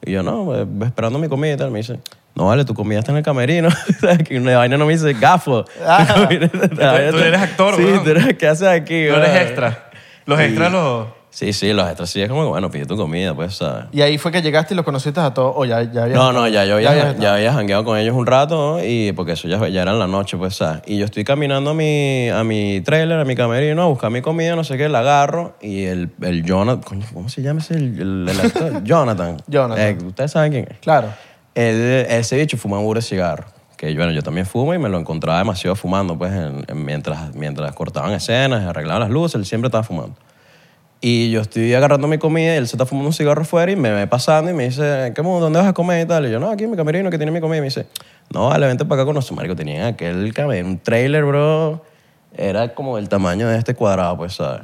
S5: Y yo, no, pues, esperando mi comida y tal. Me dice, no vale, tu comida está en el camerino. ¿Sabes? que una vaina no me dice, gafo.
S4: Ah.
S5: Tu comida está-
S3: Tú- tú eres actor,
S5: Sí,
S3: weón.
S5: tú eres, ¿qué haces aquí?
S3: No eres
S5: weón?
S3: extra. Los extras los...
S5: Sí, sí, los extras sí es como, bueno, pide tu comida, pues, ¿sabes?
S4: Y ahí fue que llegaste y los conociste a todos. O ya, ya habías-
S5: No, no, ya yo
S4: habías
S5: había, ya,
S4: estado.
S5: había jangueado con ellos un rato ¿no? y porque eso ya, ya era en la noche, pues, ¿sabes? Y yo estoy caminando a mi, a mi trailer, a mi camerino, a buscar mi comida, no sé qué, la agarro y el, el Jonathan, coño, ¿cómo se llama ese? El, el- el actor? Jonathan.
S4: Jonathan.
S5: Eh, Ustedes saben quién es.
S4: Claro.
S5: Él, ese bicho fuma un burro de cigarro. Que bueno, yo también fumo y me lo encontraba demasiado fumando, pues, en- en- mientras, mientras cortaban escenas, arreglaban las luces, él siempre estaba fumando. Y yo estoy agarrando mi comida y él se está fumando un cigarro afuera y me ve pasando y me dice, ¿Qué, mo- ¿dónde vas a comer y tal? Y yo, no, aquí en mi camerino que tiene mi comida. Y me dice, No, vale, vente para acá con nosotros. Marico, tenían aquel cabello, un trailer, bro. Era como el tamaño de este cuadrado, pues, ¿sabes?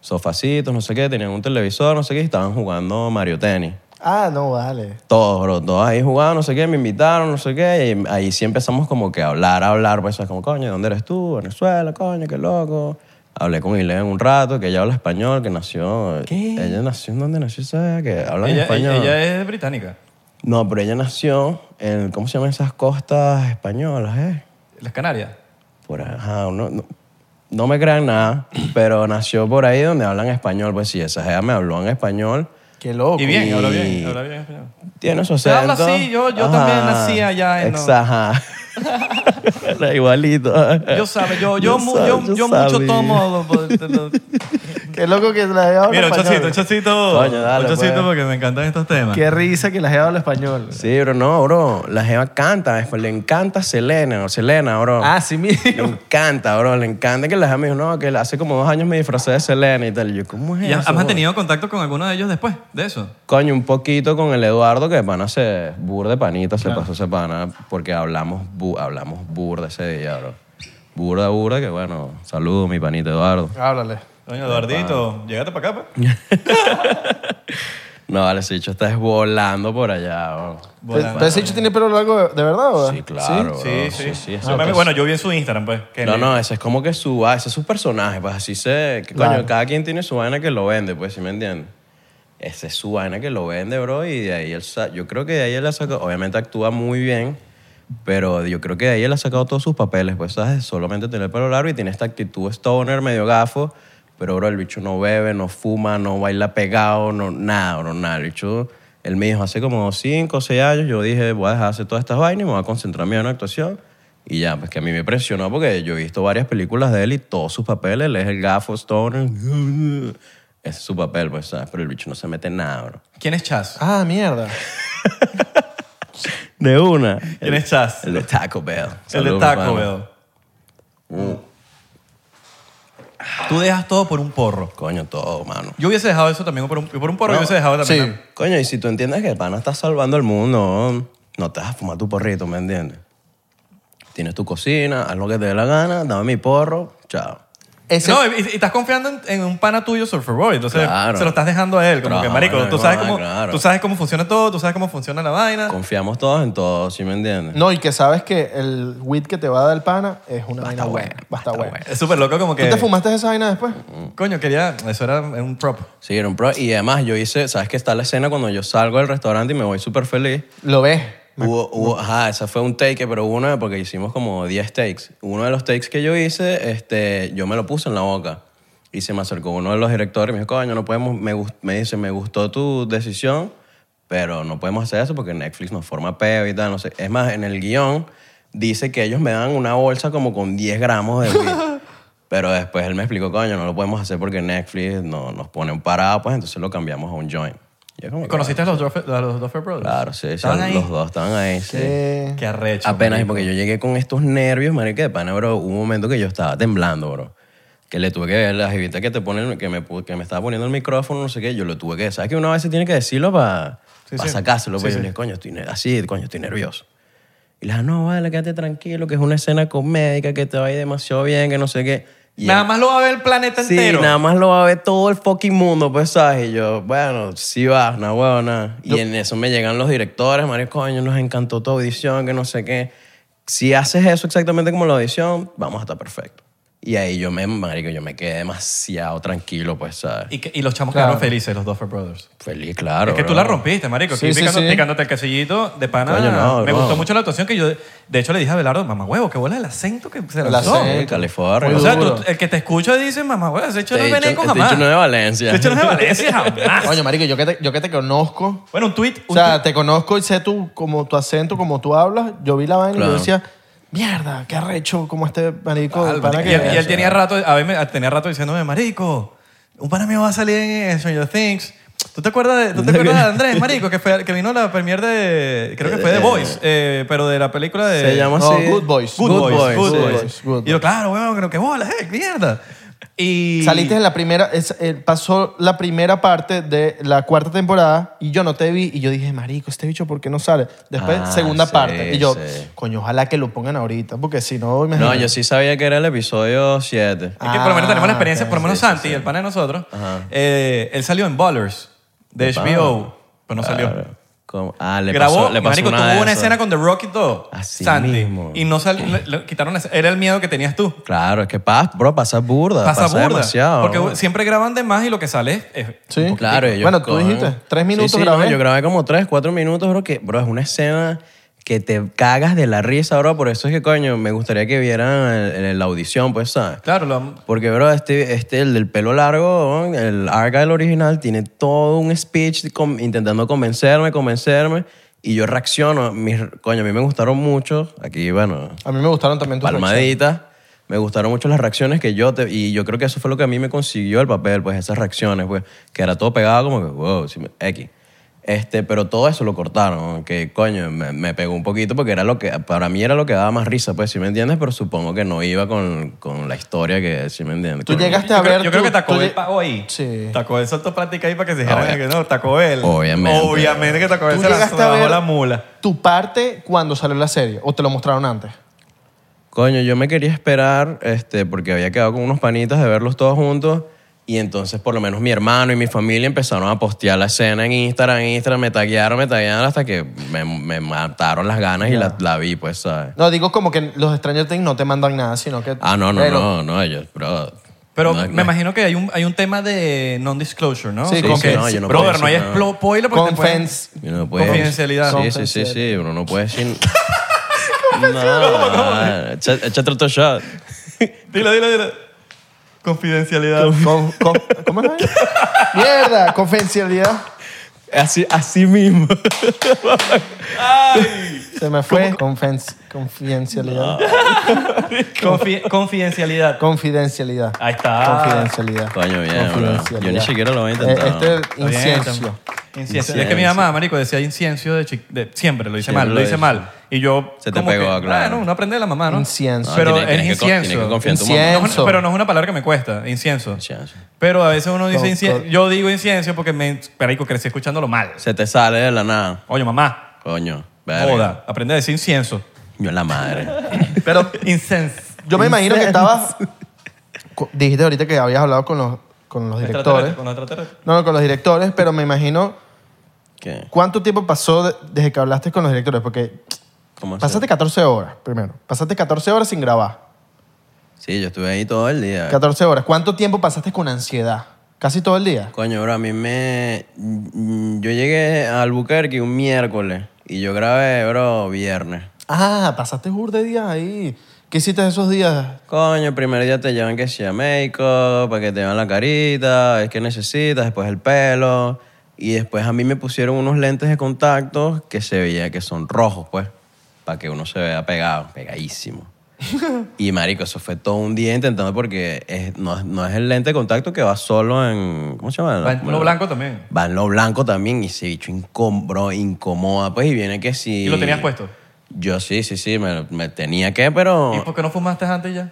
S5: Sofacitos, no sé qué, tenían un televisor, no sé qué, y estaban jugando Mario Tennis.
S4: Ah, no, vale.
S5: Todos, bro, todos ahí jugando, no sé qué, me invitaron, no sé qué, y ahí sí empezamos como que a hablar, a hablar, pues, ¿sabes? como, coño, ¿de dónde eres tú? Venezuela, coño, qué loco. Hablé con Ileana un rato, que ella habla español, que nació...
S3: ¿Qué?
S5: Ella nació en donde nació, ¿sabes? Que habla
S3: Ella,
S5: español.
S3: ella es británica.
S5: No, pero ella nació en, ¿cómo se llaman esas costas españolas, eh?
S3: Las Canarias.
S5: Por ajá, no, no, no me crean nada, pero nació por ahí donde hablan español, pues sí, esa ella me habló en español.
S4: Qué loco.
S3: Y bien,
S5: Y-
S3: habla bien, habla bien español.
S5: Tiene su
S3: Se habla
S5: acento.
S3: así, yo- yo también nací allá en-
S5: Exacto. Era igualito.
S3: Yo sabe, yo, yo, mu-
S5: Eh, sabe,
S3: yo, yo mucho
S5: sabe.
S3: tomo.
S4: Qué loco que la jeva habla
S3: Mira, un
S4: español.
S3: chocito, un chocito.
S5: Coño, dale,
S3: un chocito
S5: pues.
S3: porque me encantan estos temas.
S4: Qué risa que la jeva habla español.
S5: Sí, pero no, bro. La jeva canta, le encanta Selena, o Selena, bro.
S4: Ah, sí
S5: Le
S4: mismo.
S5: encanta, bro. Le encanta que la jeva me dijo, no, que hace como dos años me disfracé de Selena y tal. Y yo, ¿cómo es
S3: ¿Y has,
S5: eso?
S3: has
S5: bro?
S3: mantenido contacto con alguno de ellos después de eso?
S5: Coño, un poquito con el Eduardo, que de pana se burde panita, se pasó ese pana, porque hablamos, bu- hablamos burda ese día, bro. Burda, burda, que bueno, saludo mi panita Eduardo.
S4: Háblale.
S3: Doña Eduardito, llegate para acá, pues.
S5: No, vale, ese dicho estás volando por allá, bro.
S3: Volando.
S4: ¿Pero ese hecho tiene pelo largo de, de verdad o?
S5: Sí, claro,
S3: Sí,
S5: bro.
S3: sí.
S5: sí,
S3: Ah,
S5: eso
S3: mami,
S5: es-
S3: bueno, yo vi en su Instagram, pues. que
S5: No,
S3: le-
S5: no, ese es como que su, ah, ese es su personaje, pues así se, que,
S4: Claro.
S5: coño, cada quien tiene su vaina que lo vende, pues, ¿sí me entiendes? Ese es su vaina que lo vende, bro, y de ahí él, sa- yo creo que de ahí él ha sacado, obviamente actúa muy bien, pero yo creo que de ahí él ha sacado todos sus papeles, pues, ¿sabes? Solamente tener el pelo largo y tiene esta actitud stoner, medio gafo, pero, bro, el bicho no bebe, no fuma, no baila pegado, no, nada, bro, nada, el bicho... Él me dijo hace como 5 o 6 años, yo dije, voy a dejar de hacer todas estas vainas y me voy a concentrar en mi buena actuación. Y ya, pues que a mí me impresionó porque yo he visto varias películas de él y todos sus papeles, él es el gafo, stoner, ese es su papel, pues, ¿sabes? Pero el bicho no se mete en nada, bro.
S3: ¿Quién es Chaz?
S4: Ah, mierda.
S5: De una.
S3: ¿Quién es Chaz?
S5: El de Taco Bell.
S3: El de
S5: Saludos,
S3: Taco
S5: pana. Mm.
S3: Bell. Tú dejas todo por un porro.
S5: Coño, todo, mano.
S3: Yo hubiese dejado eso también por un, por un porro, yo hubiese dejado también.
S4: sí.
S5: Coño, y si tú entiendes que el pana está salvando el mundo, no te vas a fumar tu porrito, ¿me entiendes? Tienes tu cocina, haz lo que te dé la gana, dame mi porro, chao.
S4: Ese,
S3: No, y, y estás confiando en, en un pana tuyo, Surfer Boy. Entonces,
S5: Claro.
S3: se lo estás dejando a él. Como
S5: Claro,
S3: que, marico, tú sabes, cómo,
S5: claro.
S3: tú sabes cómo funciona todo, tú sabes cómo funciona la vaina.
S5: Confiamos todos en todo, ¿sí me entiendes?
S4: no, y que sabes que el weed que te va a dar el pana es una vaina
S5: Basta
S4: buena.
S5: huevo,
S4: Basta
S5: basta
S4: buena.
S5: huevo.
S3: Es súper loco como
S4: ¿Tú
S3: que...
S4: te fumaste esa vaina después?
S3: Coño, quería... Eso era un prop.
S5: Sí, era un pro. Y además yo hice, ¿sabes que Está la escena cuando yo salgo del restaurante y me voy súper feliz.
S4: Lo ves.
S5: Hubo, hubo- ajá, esa fue un take, pero hubo uno, porque hicimos como 10 takes. Uno de los takes que yo hice, este, yo me lo puse en la boca. Y se me acercó uno de los directores y me dijo, coño, no podemos, me, gust- me dice, me gustó tu decisión, pero no podemos hacer eso porque Netflix nos forma peo y tal, no sé. Es más, en el guión dice que ellos me dan una bolsa como con 10 gramos de weed. Pero después él me explicó, coño, no lo podemos hacer porque Netflix no, nos pone un parado, pues entonces lo cambiamos a un joint. Y yo como que,
S3: ¿Conociste a los, Duffer- a los Duffer Brothers?
S5: Claro, sí, sí,
S3: ¿Estaban ahí?
S5: los dos estaban ahí. sí.
S4: Eh,
S3: Qué arrecho.
S5: Apenas,
S3: marico.
S5: porque yo llegué con estos nervios, marica, de pana, bro. Hubo un momento que yo estaba temblando, bro. Que le tuve que ver la jevita que te ponen, que me, pu- que me estaba poniendo el micrófono, no sé qué. Yo lo tuve que... ¿Sabes que una vez se tiene que decirlo para
S3: Sí, sí.
S5: sacárselo? Pues
S3: Sí,
S5: yo
S3: sí.
S5: le dije, coño, estoy ne- así, coño, estoy nervioso. Y le dije, no, vale, quédate tranquilo, que es una escena comédica, que te va a ir demasiado bien, que no sé qué. Y
S3: Nada
S5: él-
S3: más lo va a ver el planeta
S5: Sí,
S3: entero.
S5: nada más lo va a ver todo el fucking mundo, pues, ¿sabes? Y yo, bueno, sí va, una huevona. Y en eso me llegan los directores, Mario, coño, nos encantó tu audición, que no sé qué. Si haces eso exactamente como la audición, vamos a estar perfecto. Y ahí yo me, marico, yo me quedé demasiado tranquilo, pues, ¿sabes?
S3: Y, que- y los chamos
S4: Claro.
S3: quedaron felices, los Duffer Brothers.
S5: Feliz, claro.
S3: Es que tú
S5: bro.
S3: la rompiste, marico. Aquí
S4: Sí, sí,
S3: picando-
S4: sí.
S3: picándote el casillito de pana.
S5: Coño, no,
S3: me
S5: no.
S3: gustó mucho la actuación que yo... De hecho, le dije a Belardo, mamá huevo, qué bola el acento que se
S4: El
S3: lanzó.
S4: acento.
S5: Sí, California.
S4: Muy
S3: O sea, tú-
S4: duro.
S3: el que te escucha dice, mamá huevo, ese hecho no
S5: Este
S3: es
S5: bicho-
S3: veneco
S5: este
S3: jamás.
S5: bicho no es de Valencia.
S3: Ese hecho no es de Valencia jamás.
S4: Coño, marico, yo que te, yo que te conozco.
S3: Bueno, un tweet.
S4: O sea, te conozco y sé tu, como tu acento, como tú hablas. Yo vi la vaina y
S5: Claro.
S4: yo decía, mierda, qué arrecho como este marico. del pana
S3: y,
S4: que...
S3: él, y él tenía rato, a ver, me- tenía rato diciéndome, marico, un pana mío va a salir en Stranger Things. ¿Tú te acuerdas de, ¿tú te acuerdas de Andrés, marico, que, fue, que vino a la premiere de, creo que fue de Boys, eh, pero de la película de...
S5: Se llama
S4: No,
S5: así.
S4: Good Boys.
S3: Good, Boys. Good
S4: Good
S3: Boys.
S4: Boys, Good
S3: Y yo, claro, weón, creo que bola, eh, mierda. Y...
S4: Saliste en la primera, es- eh, pasó la primera parte de la cuarta temporada y yo no te vi y yo dije, marico, este bicho, ¿por qué no sale? Después,
S5: Ah,
S4: segunda
S5: sí,
S4: parte. Y yo,
S5: sí.
S4: coño, ojalá que lo pongan ahorita, porque si no,
S5: No,
S4: imagínate.
S5: yo sí sabía que era el episodio 7.
S3: Es que por lo menos tenemos la experiencia,
S4: Ah,
S3: por lo menos
S5: sí, sí,
S3: Santi, el pana de nosotros, eh, él salió en Ballers de
S5: De
S3: HBO, pero Pues no salió.
S5: Ah, le
S3: Grabó,
S5: pasó, le pasó
S3: marico,
S5: una
S3: tuvo
S5: de
S3: una
S5: esas.
S3: escena con The Rock y todo,
S5: Así
S3: Santi,
S5: mismo.
S3: y no salió, le- le quitaron, la escena. era el miedo que tenías tú.
S5: Claro, es que pasa, bro, pasa burda.
S3: Pasa,
S5: Pasa,
S3: burda,
S5: demasiado.
S3: porque
S5: bro.
S3: siempre graban de más y lo que sale es... es-
S4: Sí.
S5: Claro, ellos
S4: Bueno, tú
S5: cogen-
S4: dijiste, tres
S5: Sí,
S4: minutos
S5: sí, no,
S4: grabé.
S5: yo grabé como tres, cuatro minutos, bro, que, bro, es una escena que te cagas de la risa, bro. Por eso es que, coño, me gustaría que vieran el- el- la audición, pues, ¿sabes?
S3: Claro, lo,
S5: Porque, bro, este, este, el del pelo largo, ¿no? el Argyle original, tiene todo un speech com- intentando convencerme, convencerme. Y yo reacciono. Mis, coño, a mí me gustaron mucho. Aquí, bueno,
S4: A mí me gustaron también tus reacciones.
S5: palmaditas. Me gustaron mucho las reacciones que yo te... Y yo creo que eso fue lo que a mí me consiguió el papel, pues esas reacciones, pues. Que era todo pegado como que, wow, sí me- X. Este, pero todo eso lo cortaron, que coño, me, me pegó un poquito porque era lo que, para mí era lo que daba más risa, pues, si me entiendes? Pero supongo que no iba con, con la historia que, si me entiendes?
S4: Tú
S5: Con-
S4: llegaste
S3: Yo
S4: a
S3: creo-
S4: ver.
S3: Yo creo
S4: tú-
S3: que Taco
S4: tú
S3: Bell
S4: lleg-
S3: pagó ahí.
S4: Sí.
S3: Taco Bell soltó plática ahí para que se dijeran
S5: Obvia-
S3: que no, Taco Bell.
S5: Obviamente.
S3: Obviamente que Taco Bell
S4: tú
S3: se la
S4: llegaste a
S3: bajó
S4: ver
S3: la mula.
S4: tu parte cuando salió la serie o te lo mostraron antes.
S5: Coño, yo me quería esperar, este, porque había quedado con unos panitas de verlos todos juntos. Y entonces, por lo menos, mi hermano y mi familia empezaron a postear la escena en Instagram, en Instagram, me taguearon, me taguearon hasta que me, me mataron las ganas y la, la vi, pues, ¿sabes?
S4: No, digo como que los Stranger Things no te mandan nada, sino que.
S5: Ah, no, no,
S4: Pero-
S5: no, no, yo, bro.
S3: Pero
S5: no,
S3: me
S5: no.
S3: imagino que hay un, hay un tema de non-disclosure, ¿no?
S4: Sí,
S3: Como
S4: con-
S3: que,
S4: sí,
S5: no, yo no
S3: brother,
S5: puedo
S3: no hay
S5: decir nada.
S3: explo- spoiler porque te pueden-
S4: Confense.
S5: Yo no puedo-
S3: Confidencialidad.
S5: Sí, sí, sí, sí, uno no puede decir. no, echa- échate otro shot.
S3: Dilo, dilo, dilo. Confidencialidad.
S4: Con- con- ¿Cómo es? Mierda, confidencialidad.
S5: Así, así mismo.
S4: Se me fue. Confens- confidencialidad.
S3: Confi- confidencialidad.
S4: Confidencialidad.
S3: Ahí está.
S4: Confidencialidad.
S5: Coño, bien, bro.
S4: Confidencialidad.
S5: Yo ni siquiera lo voy a
S4: Eh,
S5: intentar,
S4: Este es
S3: Está bien,
S4: incienso.
S3: está- Inciencio. Es que mi mamá, marico, decía inciencio de, chi- de- siempre, lo dice
S5: Siempre
S3: mal, lo,
S5: lo
S3: dice
S5: dice.
S3: mal. Y yo
S5: Se te
S3: como
S5: pegó,
S3: que,
S5: claro.
S3: Bueno, uno aprende de la mamá, ¿no?
S4: Incienso.
S3: Pero
S5: Tienes- tienes
S3: es
S5: que con-
S3: incienso.
S5: tienes que confiar en tu
S4: Incienso.
S5: mamá.
S3: No es una- pero no es una palabra que me cuesta, incienso.
S5: Incienso.
S3: Pero a veces uno dice
S4: Co-
S3: incienso.
S4: co-
S3: Yo digo incienso porque me, marico, crecí escuchándolo mal.
S5: Se te sale de la nada.
S3: Oye, mamá,
S5: Coño. verga.
S3: joda, aprende a decir incienso.
S5: Yo la madre.
S3: Pero incienso.
S4: Yo me imagino que estabas. cu- Dijiste ahorita que habías hablado con los, con los directores.
S3: Con extraterrestre.
S4: No, no, con los directores, pero me imagino.
S5: ¿Qué?
S4: ¿Cuánto tiempo pasó de- desde que hablaste con los directores? Porque
S5: ¿Cómo así?
S4: pasaste 14 horas primero. Pasaste 14 horas sin grabar.
S5: Sí, yo estuve ahí todo el día.
S4: 14 horas. ¿Cuánto tiempo pasaste con ansiedad? ¿Casi todo el día?
S5: Coño, bro, a mí me... mm, Yo llegué a Albuquerque un miércoles y yo grabé, bro, viernes.
S4: Ah, pasaste jur de días ahí. ¿Qué hiciste esos días?
S5: Coño, el primer día te llevan que sea make-up, para que te vean la carita, es que necesitas, después el pelo. Y después a mí me pusieron unos lentes de contacto que se veía que son rojos, pues, para que uno se vea pegado, pegadísimo. y marico, eso fue todo un día intentando porque es- no, es- no es el lente de contacto que va solo en. ¿Cómo se llama?
S3: Va en lo blanco también.
S5: Va en lo blanco también y ese bicho incom- bro, incomoda, pues, y viene que sí.
S3: ¿Y lo tenías pues? puesto?
S5: Yo sí, sí, sí, me, me tenía que, pero.
S3: ¿Y por qué no fumaste antes ya?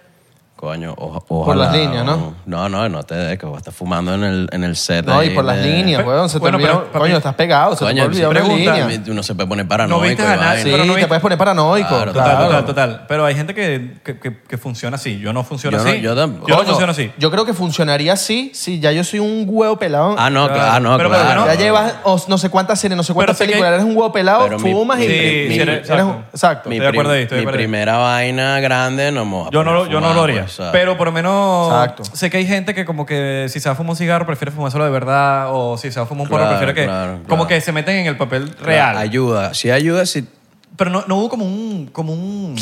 S5: Coño, o- ojalá.
S4: Por las líneas, ¿no?
S5: No, no, no te dejes, que vas a estar fumando en el, en el set.
S4: No, y
S5: ahí
S4: por las
S5: de-
S4: líneas,
S3: Pe-
S4: weón. Se te
S3: bueno,
S4: olvidó.
S3: pero, papi-
S4: coño, estás pegado. Se
S5: Coño,
S4: te
S5: si
S4: olvidó una
S3: pregunta,
S4: línea.
S5: preguntas, uno se puede poner paranoico.
S3: No viste
S5: y
S3: a nadie,
S5: vaina.
S4: Sí,
S3: pero no
S4: te
S3: viste-
S4: puedes poner paranoico.
S5: Claro,
S3: Total,
S4: claro.
S3: total, total. Pero hay gente que, que, que, que funciona así. Yo no funciono
S5: Yo no-
S3: así.
S5: yo tampoco.
S3: Yo no
S4: Coño,
S3: funciono así.
S4: Yo creo que funcionaría así si ya yo soy un huevo pelado.
S5: Ah, no,
S3: Claro.
S5: claro, ah, no,
S3: Pero, pero,
S5: claro.
S3: no.
S4: ya llevas os- no sé cuántas series, no sé cuántas
S3: sé que-
S4: películas. Eres un huevo pelado,
S5: Pero mi-
S4: fumas
S5: mi-
S4: y. y-
S5: mi-
S4: eres
S3: exacto.
S4: un- exacto.
S5: Mi,
S3: Estoy de acuerdo
S5: prim-
S3: ahí, estoy de
S5: mi
S3: acuerdo ahí.
S5: primera vaina grande no me voy a
S3: Yo no,
S5: poner
S3: lo-
S5: a
S3: yo no
S5: fumar,
S3: lo haría.
S5: pues, ¿sabes?
S3: pero por lo menos
S4: Exacto.
S3: sé que hay gente que como que si se va a fumar un cigarro prefiere fumárselo de verdad o si se va a fumar un porro
S5: Claro,
S3: prefiere que...
S5: claro, claro.
S3: Como que se meten en el papel real.
S5: Ayuda, sí ayuda, sí.
S3: Pero no, no hubo como un, como un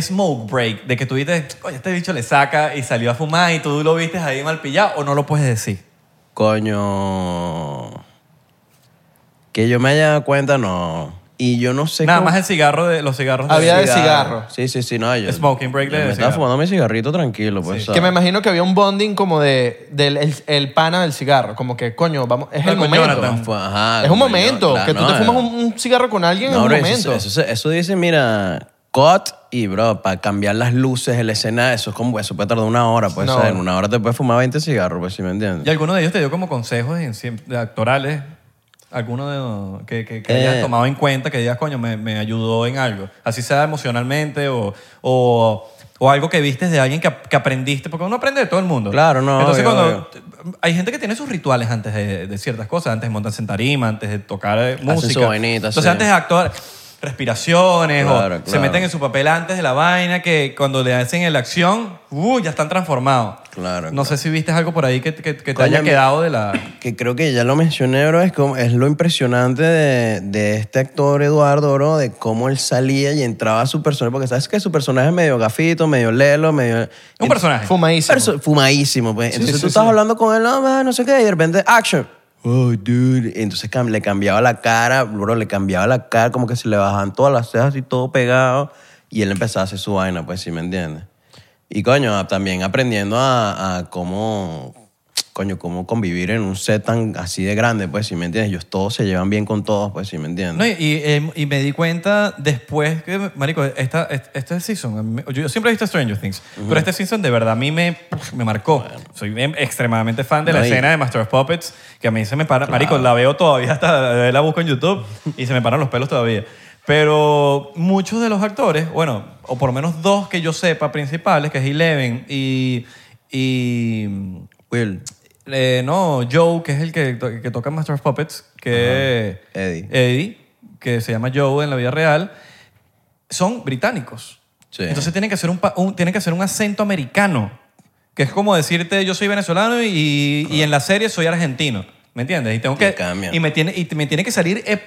S3: smoke break de que tú dices, oye, este bicho le saca y salió a fumar y tú lo viste ahí mal pillado o no lo puedes decir.
S5: Coño. Que yo me haya dado cuenta, no. Y yo no sé
S3: Nada
S5: cómo-
S3: más el cigarro de los cigarros. de-
S4: Había- de cigarro.
S5: Sí, sí, sí, no. Yo,
S3: Smoking break
S5: yo
S3: de
S5: Me estaba
S3: cigarro.
S5: fumando mi cigarrito tranquilo, pues. ¿sabes?
S4: Que me imagino que había un bonding como de, del el, el pana del cigarro. Como que, coño, vamos, es
S3: No,
S4: el
S3: con
S4: momento.
S3: Jonathan.
S5: Fue- ajá,
S4: Es un
S5: como yo,
S4: momento.
S5: Ah, claro,
S4: que tú
S5: no,
S4: te fumas
S5: eh.
S4: un, un cigarro con alguien
S5: No,
S4: en un
S5: bro, eso-
S4: momento.
S5: Eso, eso- eso dice, mira, cut Y, bro, para cambiar las luces, el escenario, eso es como, eso puede tardar una hora, pues,
S4: Una
S5: ¿sabes?
S4: hora.
S5: En una hora te puedes fumar 20 cigarros, pues, si me entiendes?
S3: ¿Y alguno de ellos te dio como consejos en siem- de actorales? ¿Alguno de los que, que, que
S5: Eh.
S3: hayas tomado en cuenta que digas, coño, me, me ayudó en algo? Así sea emocionalmente o, o, o algo que viste de alguien que, ap- que aprendiste, porque uno aprende de todo el mundo.
S5: Claro, no,
S3: Entonces,
S5: obvio,
S3: cuando. Hay gente que tiene sus rituales antes de, de ciertas cosas, antes de montarse en tarima, antes de tocar eh, música.
S5: su vainita,
S3: Entonces,
S5: sí.
S3: antes de actuar, respiraciones, o
S5: Claro,
S3: se
S5: claro.
S3: meten en su papel antes de la vaina, que cuando le hacen en la acción, uh, ya están transformados.
S5: Claro,
S3: No
S5: claro.
S3: sé si viste algo por ahí que, que- que te
S5: Coño,
S3: haya
S5: mi-
S3: quedado de la...
S5: que creo que ya lo mencioné, bro, es, como, es lo impresionante de, de este actor Eduardo, bro, de cómo él salía y entraba a su personaje, porque sabes que su personaje es medio gafito, medio lelo, medio...
S3: Un personaje.
S4: Fumadísimo.
S5: Perso- fumadísimo, pues. Entonces
S4: sí,
S5: tú
S4: sí,
S5: estás
S4: sí.
S5: hablando con él, no, man, no sé qué, y de repente, action. Oh, dude. Entonces cam- le cambiaba la cara, bro, le cambiaba la cara, como que se le bajaban todas las cejas y todo pegado. Y él empezaba a hacer su vaina, pues, si me entiendes? Y coño, a- también aprendiendo a, a cómo, coño, cómo convivir en un set tan así de grande, pues, si me entiendes? Ellos todos se llevan bien con todos, pues, si me entiendes?
S3: No, y, y, eh, y me di cuenta después que, marico, esta, est- este season, a mí- yo siempre he visto Stranger Things, pero este season de verdad a mí me, me marcó. Soy bien- extremadamente fan de
S5: No,
S3: la
S5: y-
S3: escena de Master of Puppets, que a mí se me para, marico, la veo todavía, hasta la busco en YouTube y se me paran los pelos todavía. Pero muchos de los actores, bueno, o por lo menos dos que yo sepa principales, que es Eleven y... y
S5: Will.
S3: Eh, no, Joe, que es el que, to- que toca Master of Puppets, que
S5: Ajá. Eddie.
S3: que se llama Joe en la vida real, son británicos.
S5: Sí.
S3: Entonces tienen que, hacer un, pa- un- tienen que hacer un acento americano, que es como decirte yo soy venezolano y, y en la serie soy argentino, ¿me entiendes? Y tengo
S5: Te
S3: que
S5: cambian.
S3: y me tiene y me tiene que salir eh,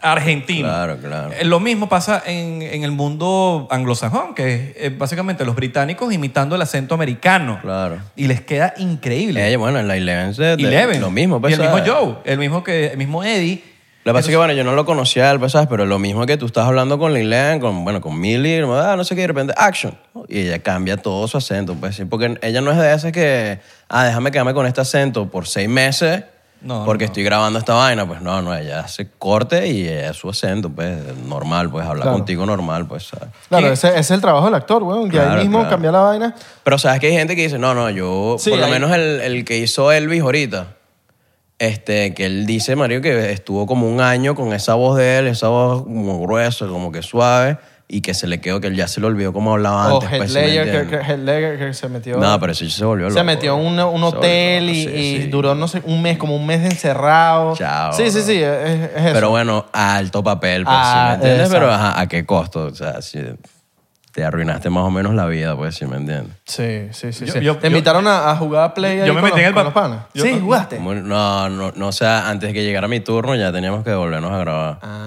S3: argentino.
S5: Claro, claro.
S3: Eh, Lo mismo pasa en, en el mundo anglosajón, que es eh, básicamente los británicos imitando el acento americano.
S5: Claro. Eh,
S3: Y les queda increíble.
S5: Ella, bueno, en la Eleven se... de-
S3: Eleven.
S5: Lo mismo, pues,
S3: Y el mismo
S5: ¿sabes?
S3: Joe, el mismo, que, el mismo Eddie.
S5: Lo que pasa es que, bueno, yo no lo conocía, pues, ¿sabes? pero lo mismo que tú estás hablando con Lilian, con, bueno, con Millie, ah, no sé qué, y de repente, action. Y ella cambia todo su acento, pues, sí, porque ella no es de esas que, ah, déjame quedarme con este acento por seis meses
S3: No,
S5: porque
S3: no.
S5: estoy grabando esta vaina. Pues no, no, ella hace corte y ella es su acento, pues, normal, pues, habla
S4: Claro.
S5: contigo normal, pues, ¿sabes?
S4: Claro, ese, ese es el trabajo del actor, weón. Que
S5: Claro,
S4: ahí mismo
S5: claro.
S4: cambiar la vaina.
S5: Pero sabes que hay gente que dice, no, no, yo,
S4: Sí,
S5: por lo
S4: hay-
S5: menos el, el que hizo Elvis ahorita, este, que él dice, Mario, que estuvo como un año con esa voz de él, esa voz como gruesa, como que suave, y que se le quedó, que él ya se le olvidó cómo hablaba
S4: O
S5: antes. pues, ¿sí me
S4: Oh, Headlayer, que- que,
S5: entiendes?
S4: Headlayer que se metió.
S5: No, pero sí se volvió loco.
S4: se metió en un, un
S5: Se
S4: hotel
S5: volvió
S4: y,
S5: loco, sí,
S4: y
S5: sí.
S4: duró no sé, un mes, como un mes encerrado.
S5: Chao,
S4: Sí, sí, sí, es, es eso.
S5: Pero bueno, alto papel, pues, ¿sí
S4: Ah,
S5: me entiendes?
S4: exacto.
S5: Pero ajá, ¿a qué costo? O sea, sí, te arruinaste más o menos la vida, pues, si me entiendes.
S4: sí, sí, sí.
S3: Yo-
S4: sí.
S3: yo-
S4: Te
S3: yo-
S4: invitaron a, a jugar a play. ahí
S3: Yo me
S4: con
S3: metí
S4: los-
S3: en el
S4: con
S3: pa-
S4: los panas.
S3: yo-
S4: sí, jugaste.
S5: Como- No, no, no, o sea, antes de que llegara mi turno ya teníamos que volvernos a grabar.
S4: Ah,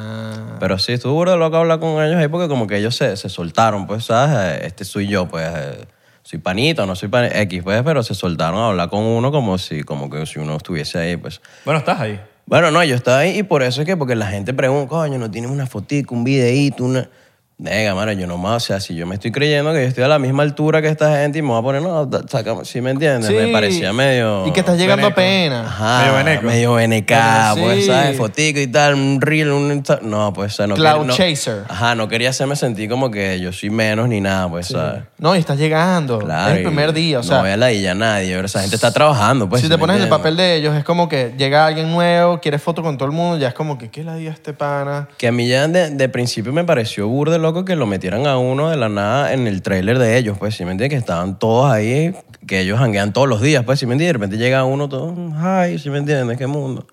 S5: Pero sí, estuvo burda loco hablar con ellos ahí porque como que ellos se, se soltaron, pues, ¿sabes? Eh, Este soy yo, pues, eh, soy panito, no soy pan X, pues, pero se soltaron a hablar con uno como si, como que si uno estuviese ahí, pues.
S3: Bueno, estás ahí.
S5: Bueno, no, yo estaba ahí y por eso es que, porque la gente pregunta, coño, no tienes una fotico, un videíto, una... Venga, mano, yo nomás, o sea, si yo me estoy creyendo que yo estoy a la misma altura que esta gente y me voy a poner, no, da- sácame, ¿sí me entiendes?
S4: sí.
S5: Me parecía medio...
S4: Y que estás llegando
S3: Veneco.
S4: apenas.
S5: Ajá,
S3: Medio veneco.
S5: Medio veneca,
S4: Claro,
S5: pues,
S4: sí.
S5: ¿sabes? Fotico y tal, un reel, un... Insta- No, pues, o sea, no
S4: Cloud
S5: quería- no-
S4: chaser.
S5: Ajá, no quería hacerme sentir como que yo soy menos ni nada, pues, ¿sabes?
S4: No, y estás llegando.
S5: Claro.
S4: es el
S5: y
S4: primer día, o sea.
S5: No voy a la a nadie, pero esa gente está trabajando, pues.
S4: si
S5: ¿sí
S4: te
S5: me
S4: pones en el
S5: entiendes?
S4: papel de ellos, es como que llega alguien nuevo, quieres foto con todo el mundo, ya es como que, ¿qué la dio este pana?
S5: Que a mí ya de, de principio me pareció burde loco que lo metieran a uno de la nada en el tráiler de ellos, pues, ¿sí me entiendes? Que estaban todos ahí, que ellos hanguean todos los días, pues, ¿sí me entiendes? Y de repente llega uno todo, ay, ¿sí me entiendes? ¿Qué mundo?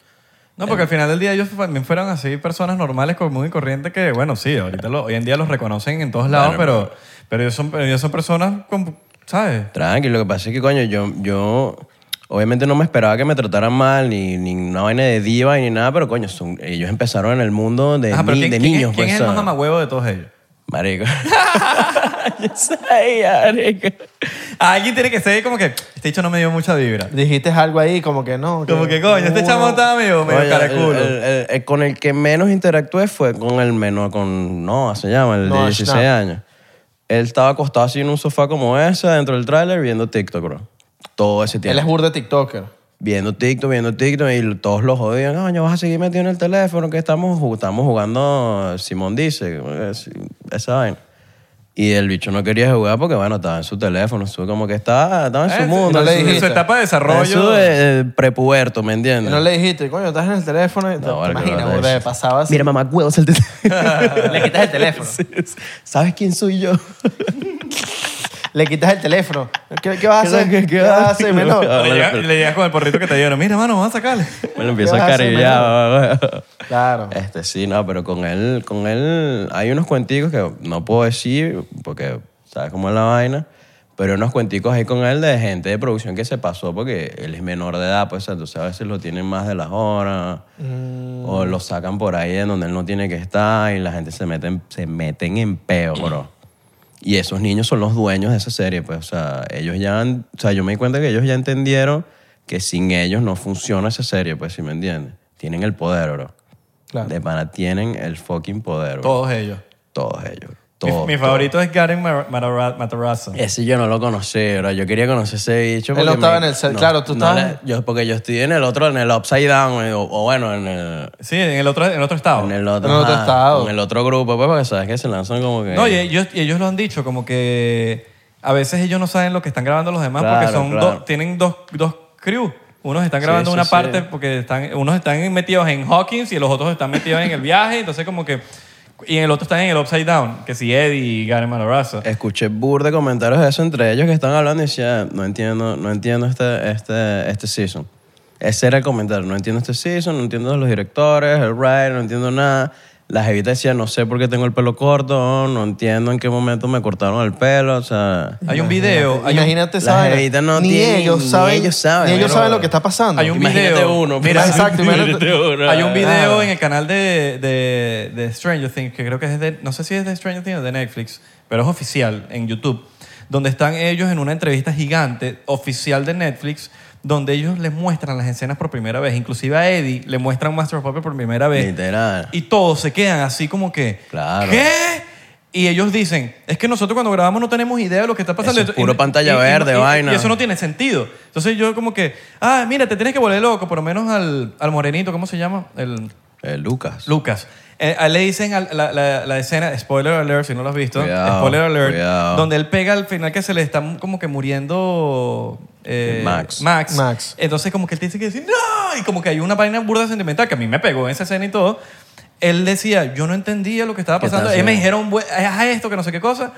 S3: No,
S5: Eh.
S3: porque al final del día ellos también fueron así personas normales, común y corriente, que bueno, sí, ahorita lo- hoy en día los reconocen en todos lados,
S5: Bueno,
S3: pero, pero ellos, son, ellos son personas, con- ¿sabes?
S5: Tranquilo, lo que pasa es que, coño, yo, yo obviamente no me esperaba que me trataran mal, ni, ni una vaina de diva, ni nada, pero coño, son- ellos empezaron en el mundo de,
S3: Ajá, pero
S5: ni-
S3: ¿quién,
S5: de
S3: quién es-
S5: niños,
S3: ¿Quién
S5: pues,
S3: es el más
S5: ¿sabes?
S3: mamahuevo de todos ellos?
S5: Marico. yo sabía, marico.
S3: Alguien tiene que ser como que, este hecho no me dio mucha vibra.
S4: Dijiste algo ahí como que no.
S3: Como que, coño, este
S4: no.
S3: chamo está medio, medio
S5: Coño,
S3: caraculo.
S5: el- el- el- el con el que menos interactué fue con el menor, con Noah se llama, el de
S4: Noah
S5: 16
S4: Schnapp.
S5: años. Él estaba acostado así en un sofá como ese, dentro del tráiler, viendo TikTok, bro. Todo ese tiempo.
S4: Él es burda TikToker.
S5: viendo TikTok, viendo TikTok y todos los jodían, "Ah, coño, vas a seguir metido en el teléfono que estamos, jug- estamos jugando Simón dice, eh, esa vaina. Y el bicho no quería jugar porque, bueno, estaba en su teléfono, su- como que estaba, estaba en su
S3: Eh,
S5: mundo.
S3: no
S5: en
S3: le
S5: su-
S3: dijiste. En su etapa de desarrollo.
S5: En su eh, prepuberto, ¿me
S4: Y
S5: entiendes?
S4: no le dijiste, coño, estás en el teléfono. Y te,
S5: No, ahora
S4: te
S5: que lo
S4: imaginas,
S5: hablas.
S4: burde, pasaba así.
S5: Mira, mamá, huevo, el teléfono.
S4: Le quitas el teléfono.
S5: Sí, sí. ¿Sabes quién soy yo?
S4: Le quitas el teléfono. ¿Qué, qué vas a hacer?
S5: ¿Qué- qué-
S4: ¿Qué,
S5: qué
S4: vas a
S5: vas-
S4: hacer,
S5: qué
S4: menor?
S5: vas-
S3: Le llegas le llegas con el porrito que te dieron. Mira, mano, vamos a sacarle.
S5: Bueno, empiezo
S4: ¿Qué
S5: a
S4: vas a hacer,
S5: carillar.
S4: Claro.
S5: Este, sí, no, pero con él, con él hay unos cuenticos que no puedo decir porque sabes cómo es la vaina, pero unos cuenticos ahí con él de gente de producción que se pasó porque él es menor de edad, pues entonces a veces lo tienen más de las horas o lo sacan por ahí en donde él no tiene que estar y la gente se meten, se meten en peo, bro. Y esos niños son los dueños de esa serie, pues, o sea, ellos ya, han- o sea, yo me di cuenta que ellos ya entendieron que sin ellos no funciona esa serie, pues, si me entiendes. Tienen el poder, bro.
S4: Claro.
S5: De pana tienen el fucking poder, bro.
S3: Todos ellos.
S5: Todos ellos.
S3: Mi-
S5: Todos, Eh.
S3: mi
S5: todos.
S3: favorito es Garen Mar- Matara- Matarazzo.
S5: Ese yo no lo conocí, bro. Yo quería conocer ese bicho.
S4: Él
S5: porque
S4: no estaba
S5: me-
S4: en el set, claro, tú estabas-
S5: le- yo, porque yo estoy en el otro, en el upside down, eh, o, o bueno, en el,
S3: Sí, en el otro, en el otro estado.
S5: en el otro,
S4: En el otro
S5: ajá,
S4: estado.
S5: En el otro grupo, pues, porque sabes que se lanzan como que.
S3: No, y ellos, y ellos lo han dicho, como que a veces ellos no saben lo que están grabando los demás porque
S5: Claro,
S3: son
S5: claro.
S3: dos, tienen dos, dos crews. Unos están
S5: Sí,
S3: grabando
S5: sí,
S3: una
S5: sí.
S3: parte porque están, unos están metidos en Hawkins y los otros están metidos en el viaje, entonces como que... Y en el otro están en el Upside Down, que si Eddie y Garen Matarazzo.
S5: Escuché burda de comentarios de eso entre ellos que están hablando y decía, no entiendo, no entiendo este, este, este season. Ese era el comentario, no entiendo este season, no entiendo los directores, el writer, no entiendo nada. La jevita decía, no sé por qué tengo el pelo corto, no entiendo en qué momento me cortaron el pelo, o sea...
S3: Hay un video, hay un,
S4: Imagínate,
S5: Las
S4: ¿sabes?
S5: jevitas no
S4: ni,
S5: tienen-
S4: ellos
S5: ni
S4: saben,
S5: ellos saben,
S4: ni ellos
S5: pero-
S4: saben lo que está pasando.
S3: Hay un
S5: Imagínate
S3: video.
S5: uno.
S3: Mira,
S4: exacto, imagínate-
S3: hay un video
S4: Ah.
S3: en el canal de, de, de Stranger Things, que creo que es de, no sé si es de Stranger Things o de Netflix, pero es oficial en YouTube, donde están ellos en una entrevista gigante, oficial de Netflix, donde ellos les muestran las escenas por primera vez. Inclusive a Eddie le muestran Master of Puppets por primera vez.
S5: Literal.
S3: Y todos se quedan así como que,
S5: Claro.
S3: ¿qué? Y ellos dicen, es que nosotros cuando grabamos no tenemos idea de lo que está pasando.
S5: Eso es
S3: Y-
S5: puro
S3: y-
S5: pantalla
S3: y- y-
S5: verde,
S3: y-
S5: vaina.
S3: Y eso no tiene sentido. Entonces yo como que, ah, mira, te tienes que volver loco, por lo menos al, al morenito, ¿cómo se llama? El
S5: Eh, Lucas.
S3: Lucas. Eh, a él le dicen al- la, la- la escena, spoiler alert, si no lo has visto,
S5: Cuidado,
S3: spoiler alert,
S5: cuidado.
S3: donde él pega al final que se le está como que muriendo eh,
S5: Max.
S3: Max.
S4: Max.
S3: Entonces como que él tiene que decir, no, y como que hay una vaina burda sentimental que a mí me pegó en esa escena y todo. Él decía, yo no entendía lo que estaba
S5: ¿Qué está
S3: pasando. Ellos me
S5: haciendo?
S3: dijeron, "Bue- haz esto, que no sé qué cosa.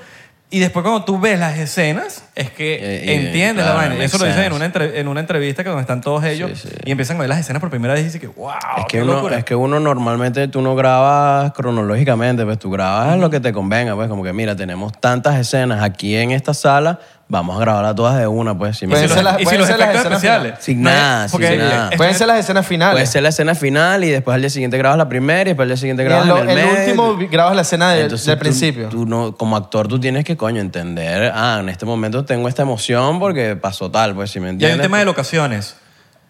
S3: Y después cuando tú ves las escenas, es que
S5: Eh, y-
S3: entiendes
S5: claro,
S3: la vaina.
S5: makes
S3: Eso lo dicen en
S5: sense.
S3: una, entre- en una entrevista que donde están todos ellos
S5: sí.
S3: y empiezan a ver las escenas por primera vez y dicen que, wow,
S5: Es que,
S3: qué
S5: uno,
S3: locura".
S5: es que uno normalmente tú no grabas cronológicamente, pues tú grabas lo que te convenga, pues como que mira, tenemos tantas escenas aquí en esta sala, vamos a grabarlas todas de una, pues si me
S3: Y si
S4: Pueden
S5: entiendes.
S3: los,
S4: ser las-
S3: y si
S4: pueden
S3: los
S4: ser las
S3: efectos
S4: escenas
S3: especiales.
S5: finales. Sin
S3: No es-
S5: nada, sin
S3: porque
S5: nada.
S3: esto
S4: Pueden
S3: es-
S4: ser las escenas finales.
S5: Puede ser la escena final y después al día siguiente grabas la primera y después al día siguiente
S4: Y
S5: grabas
S4: en
S5: en
S4: lo-
S5: el,
S4: el
S5: medio.
S4: último vi- grabas la escena del,
S5: Entonces,
S4: del
S5: tú-
S4: principio.
S5: Tú no, como actor tú tienes que, coño, entender, ah, en este momento tengo esta emoción porque pasó tal, pues si me
S3: Y
S5: entiendes.
S3: hay un tema de locaciones.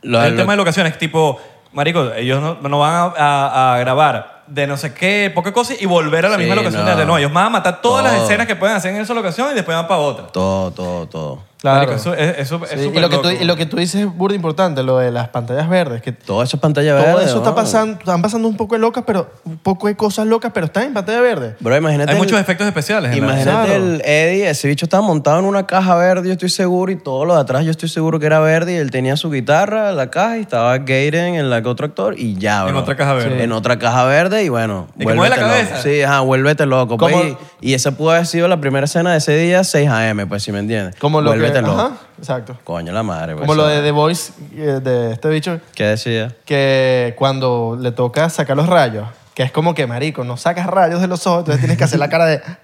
S5: Lo-
S3: hay un
S5: lo-
S3: tema de locaciones, tipo, marico, ellos no, no van a, a- a grabar de no sé qué, poca cosa y volver a la
S5: Sí,
S3: misma locación.
S5: no.
S3: No. no, ellos van a matar todas las
S5: Todo.
S3: escenas que pueden hacer en esa locación y después van para otra.
S5: Todo, todo, todo.
S4: Claro.
S3: Marico, eso es, eso es
S4: Sí, y,
S3: súper
S4: lo que tú,
S3: loco.
S4: y lo que tú dices es burda importante, lo de las pantallas verdes. Que
S5: Todo eso es pantalla verde.
S4: todo eso está
S5: ¿no?
S4: pasando, están pasando un poco de locas, pero un poco de cosas locas, pero están en pantalla verde.
S5: Bro, imagínate.
S3: Hay
S5: el-
S3: muchos efectos especiales. en la-
S5: Imagínate
S4: Claro.
S5: el Eddie, ese bicho estaba montado en una caja verde, yo estoy seguro, y todo lo de atrás yo estoy seguro que era verde, y él tenía su guitarra, la caja, y estaba Gaten en la que otro actor, y ya,
S3: En
S5: bro.
S3: otra caja verde.
S5: En otra caja verde, y bueno,
S3: Y que mueve la
S5: vuélvete loco.
S3: cabeza.
S5: Sí, ajá, vuélvete loco. pues,
S4: Como-
S5: y, y esa pudo haber sido la primera escena de ese día, 6 a.m., pues, si me entiendes.
S4: Como lo
S5: vuélvete loco.
S4: que, Ajá, exacto.
S5: Coño, la madre, pues,
S4: Como lo
S5: ¿sabes?
S4: de The Voice, eh, de este bicho,
S5: ¿Qué decía?
S4: que cuando le toca sacar los rayos, que es como que, marico, no sacas rayos de los ojos, entonces tienes que hacer la cara de...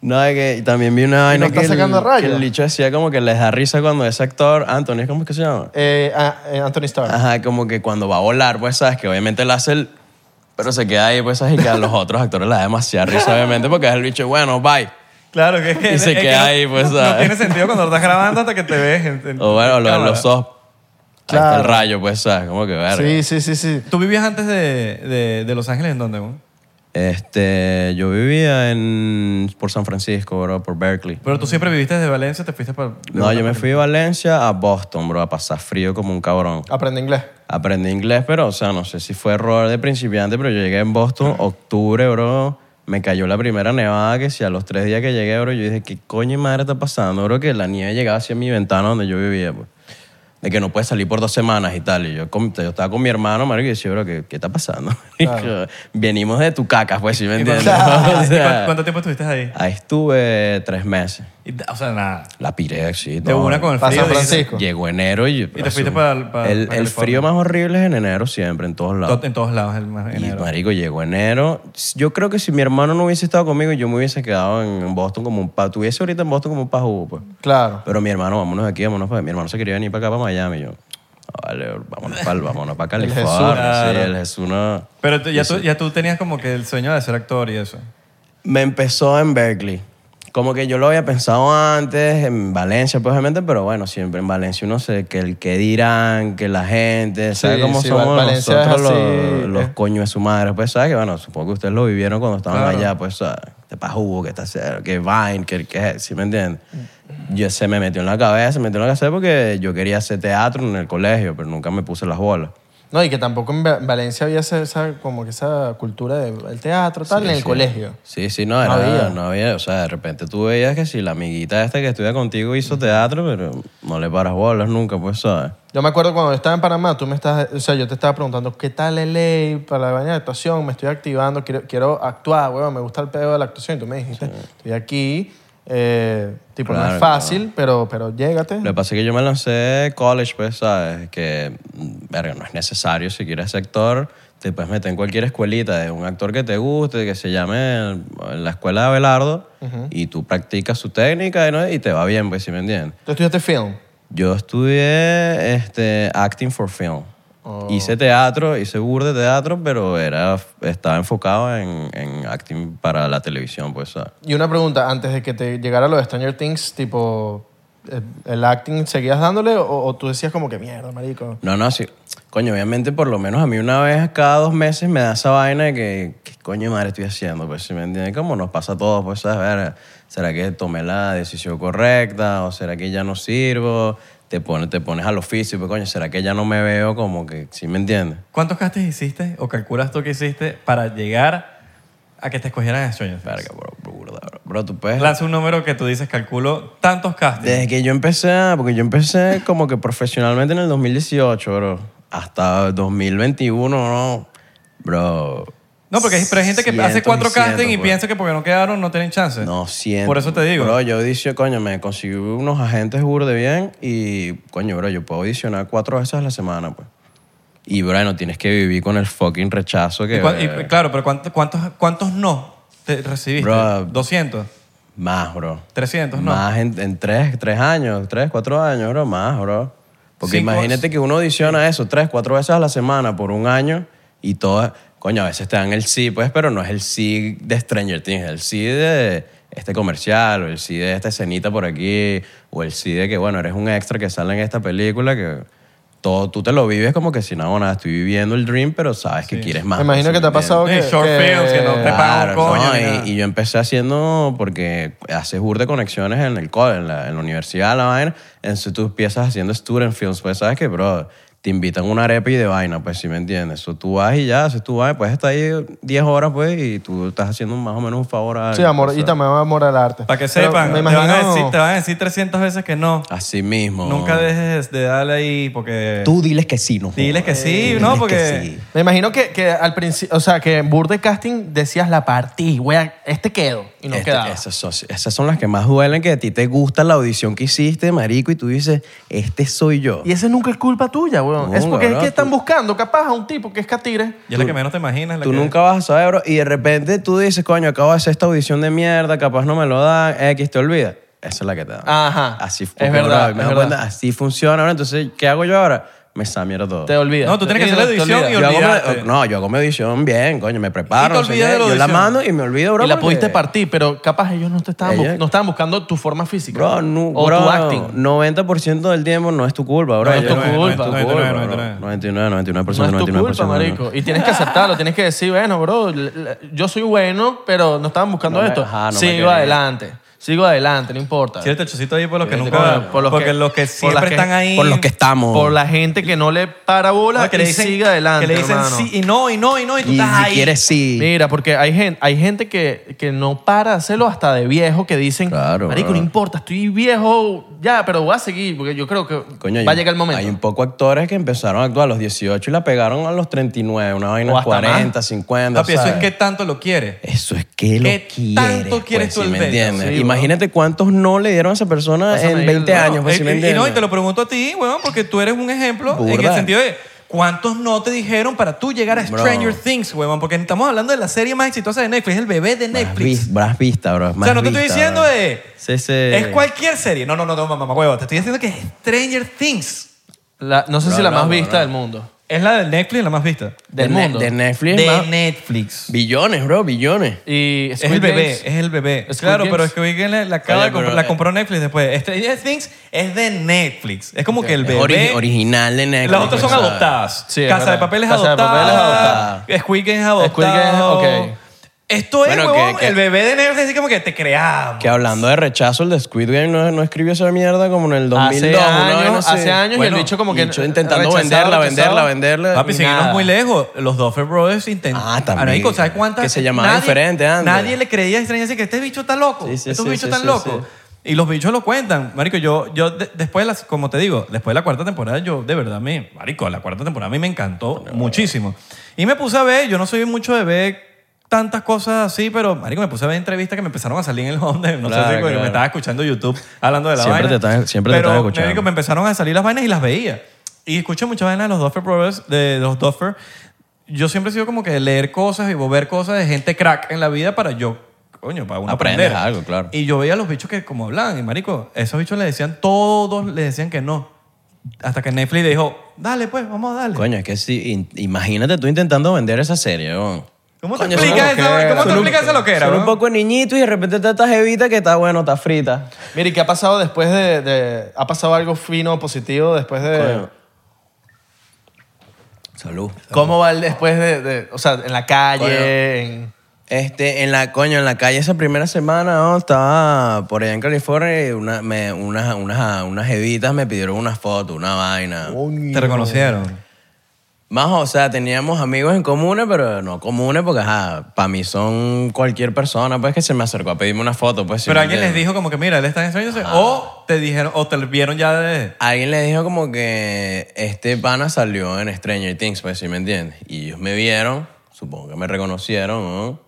S5: No, es que también vi una vaina
S4: no está
S5: que,
S4: sacando
S5: el, que
S4: rayos?
S5: el bicho decía como que les da risa cuando ese actor, Anthony, ¿cómo es que se llama?
S4: eh, ah, eh, Anthony Starr.
S5: Ajá, como que cuando va a volar, pues sabes que obviamente él hace el. Pero se queda ahí, pues sabes y que a los otros actores le da demasiada risa, obviamente, porque es el bicho, bueno, bye.
S3: Claro, que es que.
S5: Y se
S3: es que
S5: queda
S3: no-
S5: ahí, pues,
S3: No, no
S5: ¿sabes?
S3: tiene sentido cuando lo estás grabando hasta que te ves. en- en-
S5: O bueno,
S3: en
S5: lo-
S3: cámara.
S5: los ojos. Ahí está el
S4: Claro.
S5: rayo, pues sabes, como que verga.
S4: Sí, sí, sí, sí.
S3: ¿Tú vivías antes de, de- de Los Ángeles en dónde, güey?
S5: Este, yo vivía en. por San Francisco, bro, por Berkeley.
S3: Pero tú siempre viviste desde Valencia, te fuiste para.
S5: No, yo me fui a Valencia, a Boston, bro, a pasar frío como un cabrón.
S4: Aprende inglés.
S5: Aprendí inglés, pero, o sea, no sé si fue error de principiante, pero yo llegué en Boston, octubre, bro. Me cayó la primera nevada que si a los tres días que llegué, bro, yo dije, ¿qué coño de madre está pasando? Bro, que la nieve llegaba hacia mi ventana donde yo vivía, pues. De que no puedes salir por dos semanas y tal. Y yo, con- yo estaba con mi hermano, marico, y decía, bro, ¿qué, qué está pasando? Venimos de tu caca, pues, si me
S3: ¿Y
S5: entiendes.
S3: cuánto,
S5: O
S3: ¿y
S5: sea,
S3: cuánto- cuánto tiempo estuviste ahí?
S5: Ahí estuve tres meses.
S3: Y da- o sea, nada.
S5: La piré, sí.
S3: De
S5: no.
S3: una con el
S4: Pa'
S3: frío.
S4: San
S3: y-
S4: Francisco.
S5: Llegó enero y...
S3: te fuiste para- para-
S5: el, el
S3: para California.
S5: frío más horrible es en enero siempre, en todos lados.
S3: to- En todos lados, el más
S5: Y
S3: enero.
S5: marico, llegó enero. Yo creo que si mi hermano no hubiese estado conmigo, yo me hubiese quedado en en Boston como un pa. Tuviese ahorita en Boston como un pajugo, pues.
S4: Claro.
S5: Pero mi hermano, vámonos de aquí, vámonos para. Mi hermano se quería venir para acá, para Miami. y Yo, "Ah, vale, vámonos para vámonos pa California.
S4: Jesús.
S5: Sí,
S3: Claro.
S5: el Jesús no.
S3: Pero tú- ya, tú, ya tú tenías como que el sueño de ser actor y eso.
S5: Me empezó en Berkeley. Como que yo lo había pensado antes, en Valencia, pues obviamente, pero bueno, siempre en Valencia uno sé que el que dirán, que la gente, ¿sabes
S4: Sí,
S5: cómo
S4: sí,
S5: somos
S4: Val- Valencia es
S5: nosotros
S4: así,
S5: los, los
S4: eh.
S5: coños de su madre? Pues sabes que, bueno, supongo que ustedes lo vivieron cuando estaban
S3: Claro.
S5: allá, pues sabes, que pajugo, que está cero, que Vine, que, que ¿sí me entiendes? Yo, se me metió en la cabeza, se me metió en la cabeza porque yo quería hacer teatro en el colegio, pero nunca me puse las bolas.
S4: No, y que tampoco en Va- Valencia había esa, esa- como que esa cultura del teatro, tal,
S5: Sí,
S4: en el
S5: sí.
S4: colegio.
S5: Sí, sí, no, era, no, había. O sea, de repente tú veías que si la amiguita esta que estudia contigo hizo teatro, pero no le paras bolas nunca, pues, ¿sabes?
S4: Yo me acuerdo cuando yo estaba en Panamá, tú me estás, o sea, yo te estaba preguntando, ¿qué tal es ley para la vaina de actuación? Me estoy activando, quiero, quiero actuar, weón, me gusta el pedo de la actuación. Y tú me dijiste, estoy aquí, eh, tipo, no
S5: Claro,
S4: es fácil, pero, pero llégate.
S5: Lo que pasa es que yo me lancé college, pues, ¿sabes? Que, mm, verga, no es necesario si quieres ser actor. Te puedes meter en cualquier escuelita de un actor que te guste, que se llame el- la escuela de Abelardo, y tú practicas su técnica ¿no? y te va bien, pues, si me entiendes.
S4: ¿Tú estudiaste film?
S5: Yo estudié este, acting for film. Hice teatro, hice burde de teatro, pero era, estaba enfocado en, en acting para la televisión, pues. ¿sabes?
S4: Y una pregunta, antes de que te llegara lo de Stranger Things, tipo, eh, ¿el acting seguías dándole o, o tú decías como que mierda, marico?
S5: No, no, sí. Coño, obviamente, por lo menos a mí una vez cada dos meses me da esa vaina de que, ¿qué coño de madre estoy haciendo? Pues, si me entiendes? Como nos pasa a todos, pues, ¿sabes? Verga, ¿Será que tomé la decisión correcta? ¿O será que ya no sirvo? Te pones, te pones al oficio, pues, coño, ¿será que ya no me veo como que, ¿sí me entiendes?
S3: ¿Cuántos castings hiciste o calculas tú que hiciste para llegar a que te escogieran en Stranger Things?
S5: Verga, bro, bro, bro, bro, bro, tú puedes...
S3: Lanza un número que tú dices, calculo tantos castings.
S5: Desde que yo empecé, a- porque yo empecé como que profesionalmente en el 2018, bro. Hasta 2021, no. Bro.
S3: No, porque hay, pero hay gente que
S5: cientos
S3: hace
S5: y
S3: cuatro
S5: cientos,
S3: castings y
S5: bro.
S3: piensa que porque no quedaron no tienen chance.
S5: No, siento.
S3: Por eso te digo.
S5: Bro, yo audicio, coño, me conseguí unos agentes burde bien y, coño, bro, yo puedo audicionar cuatro veces a la semana, pues. Y, bro, no tienes que vivir con el fucking rechazo que...
S3: Y cua- y- claro, pero ¿cuánto- ¿cuántos, cuántos no te recibiste?
S5: Bro.
S3: ¿200?
S5: Más, bro.
S3: ¿300? No.
S5: Más en, en tres, tres años, tres, cuatro años, bro, más, bro. Porque
S3: Cinco-
S5: imagínate que uno audiciona eso tres, cuatro veces a la semana por un año y todo, coño, a veces te dan el sí, pues, pero no es el sí de Stranger Things, es el sí de este comercial o el sí de esta escenita por aquí o el sí de que, bueno, eres un extra que sale en esta película que todo tú te lo vives como que si no, nada, estoy viviendo el dream, pero sabes que quieres más.
S4: Me imagino
S5: ¿sí
S4: que te ha
S5: entiendes?
S4: pasado
S3: Sí,
S4: que...
S3: short films que no te pagan un coño
S5: no,
S3: ni
S5: y-
S3: nada.
S5: y, yo empecé haciendo, porque haces bur de conexiones en el cole, en la, en la universidad, la vaina. Entonces tú empiezas haciendo student films, pues sabes que, bro, te invitan una arepa y de vaina, pues si me entiendes. Eso tú vas y ya, haces tu vaina, pues estás ahí 10 horas, pues, y tú estás haciendo más o menos un favor a
S4: Sí,
S5: alguien,
S4: amor,
S5: pues,
S4: y también amor al arte.
S3: Para que
S4: Pero
S3: sepan,
S4: me
S3: te, van a
S4: imagino-
S3: decir, te van a decir 300 veces que no.
S5: Así mismo.
S3: Nunca dejes de darle ahí porque...
S5: Tú diles que sí, no.
S3: Diles
S5: jodas.
S3: que sí,
S5: Diles
S3: ¿no?
S5: que
S3: Porque-
S5: sí.
S4: Me imagino que, que al principio, o sea, que en Burde Casting decías la partí, wea, este quedo. Y no
S5: Este-
S4: quedaba.
S5: esas, son, esas son las que más duelen, que a ti te gusta la audición que hiciste, marico, y tú dices, este soy yo.
S4: Y ese nunca es culpa tuya, weón.
S5: No,
S4: es porque es
S5: weón,
S4: que
S5: tú-
S4: están buscando capaz a un tipo que es catire.
S3: Y es la que menos te imaginas. la
S5: Tú
S3: que-
S5: nunca vas a saber, bro. Y de repente tú dices, coño, acabo de hacer esta audición de mierda, capaz no me lo dan, X, te olvida. Esa es la que te dan.
S4: Ajá.
S5: Así
S4: Es
S5: porque,
S4: verdad,
S5: bro, me
S4: es
S5: he dado
S4: verdad.
S5: cuenta, así funciona. Ahora, entonces, ¿qué hago yo ahora? Me está mierda todo.
S4: Te olvidas.
S3: No, tú tienes que
S4: Te-
S3: hacer la
S4: te
S3: edición
S4: olvidas.
S3: y
S5: Yo hago mi-
S3: olvidarte.
S5: no, yo hago mi audición bien, coño, me preparo.
S3: Y te
S5: no sé
S3: olvidas
S5: qué,
S3: de la
S5: yo la
S3: audición.
S5: mando y me olvido, bro.
S4: y la
S5: porque-
S4: pudiste partir, pero capaz ellos no te estaban, bu-
S5: Ella-
S4: no estaban buscando tu forma física.
S5: Bro, no,
S4: o
S5: bro,
S4: tu acting.
S5: 90% del tiempo no es tu culpa, bro.
S4: No es tu
S5: Yo-
S4: culpa.
S5: No es tu culpa,
S3: 99,
S5: bro. 99,
S3: 99.
S5: 99%,
S4: No es tu
S5: 99%.
S4: culpa, marico. Y tienes que aceptarlo, tienes que decir, bueno, bro, l- l- yo soy bueno, pero no estaban buscando
S5: No me-
S4: esto.
S5: ajá, no me
S4: Sigo
S5: quería.
S4: adelante. sigo adelante, no importa.
S3: Tira el techocito ahí por los que
S4: Por-
S3: nunca.
S4: por los
S3: porque
S4: que-
S3: los que
S4: por
S3: siempre
S4: las que-
S3: están ahí.
S5: Por los que estamos.
S4: Por la gente que no le para bola
S3: que
S4: y
S3: le dicen,
S4: sigue adelante,
S3: Que le dicen
S4: hermano.
S3: sí y no, y no, y no, y tú
S5: Y
S3: estás
S5: si
S3: ahí.
S5: quieres, sí.
S4: Mira, porque hay gente, hay gente que, que no para de hacerlo hasta de viejo, que dicen,
S5: Claro,
S4: marico, no
S5: claro.
S4: importa, estoy viejo, ya, pero voy a seguir, porque yo creo que
S5: Coño, hay
S4: va a
S5: un-
S4: llegar el momento.
S5: Hay un poco actores que empezaron a actuar a los 18 y la pegaron a los 39, una vaina
S4: O hasta
S5: 40, 50.
S3: Papi, eso es
S5: ¿sabes?
S3: que tanto lo quieres.
S5: Eso es que lo
S3: ¿Qué
S5: quieres.
S3: tanto quieres
S5: pues,
S3: tú
S5: si
S3: el
S5: ¿Me
S3: bello?
S5: entiendes?
S4: Sí, weón.
S5: Imagínate cuántos no le dieron a esa persona
S4: Pásame ahí el-
S5: en 20
S4: Bueno,
S5: años. Pues,
S3: Eh,
S5: si ¿me
S3: y- y, no, y
S5: entiendes?
S3: te lo pregunto a ti, weón, porque tú eres un ejemplo en el
S5: Burda.
S3: sentido de cuántos no te dijeron para tú llegar a
S5: Bro.
S3: Stranger Things, weón, porque estamos hablando de la serie más exitosa de Netflix, el bebé de
S5: Más
S3: Netflix.
S5: vis- Más vista, bro.
S3: O sea, no te estoy diciendo de...
S5: Sí, sí.
S3: Es cualquier serie. No, no, no, no, mamá, huevo. Te estoy diciendo que es Stranger Things.
S4: La- no sé
S5: No,
S4: si la
S5: no,
S4: más
S5: no,
S4: vista
S5: no.
S4: del mundo.
S3: Es la de Netflix la más vista.
S5: de
S4: Del
S5: ne-
S4: mundo.
S5: De Netflix.
S3: de
S5: más-
S3: Netflix.
S5: Billones, bro, billones.
S4: Y
S3: Es
S4: Squid
S3: el bebé,
S4: Games.
S3: es el bebé.
S4: Squid
S3: claro,
S4: Games.
S3: pero es que Big Game la, la acaba
S5: Oye,
S3: de comp-
S5: pero,
S3: la
S5: eh,
S3: compró Netflix después. Stranger Things es de Netflix. Es como que el
S5: Es
S3: bebé...
S5: ori- original de Netflix. pues,
S3: Las otras son
S5: ¿sabes?
S3: adoptadas.
S4: Sí, es
S3: Casa de
S4: verdad.
S3: Papel es
S4: Casa de
S3: adoptada.
S4: Papel es
S3: Squid Game es
S4: Squid Game,
S3: adoptado.
S4: ok.
S3: Esto es,
S5: Bueno, que-
S3: huevón,
S5: que-
S3: el bebé de Netflix, así como que te creamos.
S5: Que hablando de rechazo, el de Squid Game no, no escribió esa mierda como en el 2002.
S4: Hace
S5: una vaina
S4: años,
S5: así.
S4: hace años y el
S5: Bueno,
S4: bicho como que
S5: bicho intentando
S4: rechazado,
S5: venderla, venderla,
S4: rechazado.
S5: venderla.
S3: Papi,
S5: Y
S3: seguimos
S5: nada.
S3: muy lejos. Los Duffer Brothers intentaron.
S5: Ah, también.
S3: Marico, ¿sabes cuántas?
S5: Que se llamaba diferente antes.
S3: Nadie le creía a Stranger Things que este bicho está loco.
S5: Sí, sí,
S3: Estos
S5: sí,
S3: bichos
S5: sí,
S3: están
S5: sí,
S3: locos. Y los bichos lo cuentan. Marico, yo, yo de- después, de las, como te digo, después de la cuarta temporada, yo de verdad, me, marico, la cuarta temporada a mí me encantó muchísimo. Y me puse a ver, yo no soy mucho de ver tantas cosas así, pero marico, me puse a ver entrevistas que me empezaron a salir en el home. No sé
S5: Claro,
S3: si porque
S5: claro.
S3: me estaba escuchando YouTube hablando de la
S5: Siempre
S3: vaina.
S5: te estás- siempre te
S3: Pero,
S5: estás escuchando.
S3: marico, me empezaron a salir las vainas y las veía. Y escuché muchas vainas de los Duffer Brothers, de los Duffer. Yo siempre he sido como que de leer cosas y ver cosas de gente crack en la vida para yo, coño, para uno
S5: Aprendes
S3: aprender.
S5: algo, claro.
S3: Y yo veía a los bichos que como hablaban, y marico, esos bichos le decían, todos le decían que no. Hasta que Netflix dijo, dale pues, vamos a darle.
S5: Coño, es que si, in- imagínate tú intentando vender esa serie, weón.
S3: ¿Cómo te
S5: Coño,
S3: explicas
S4: son
S3: eso?
S4: loqueras.
S3: ¿Cómo te
S4: Son un-
S3: explicas eso lo que era?
S5: Son un poco niñito y de repente está esta jevita que está bueno, está frita.
S4: Mira, ¿y qué ha pasado después de, de- ¿Ha pasado algo fino, positivo después de...?
S5: Coño. Salud.
S4: ¿Cómo va el después de, de- O sea, en
S5: Coño.
S4: la calle, en-
S5: Este, en la, coño, en la calle esa primera semana, ¿no? estaba por allá en California y una, me- unas, unas, unas jevitas me pidieron una foto, una vaina.
S3: Te reconocieron.
S5: Más, o sea, teníamos amigos en comunes, pero no comunes porque, ajá, para mí son cualquier persona, pues, que se me acercó a pedirme una foto, pues. si
S3: Pero
S5: me
S3: alguien les
S5: entiendes.
S3: dijo como que, mira, él está en sueños. O te dijeron, o te vieron ya de...
S5: Alguien les dijo como que este pana salió en Stranger Things, pues, si me entiendes. Y ellos me vieron, supongo que me reconocieron, ¿no?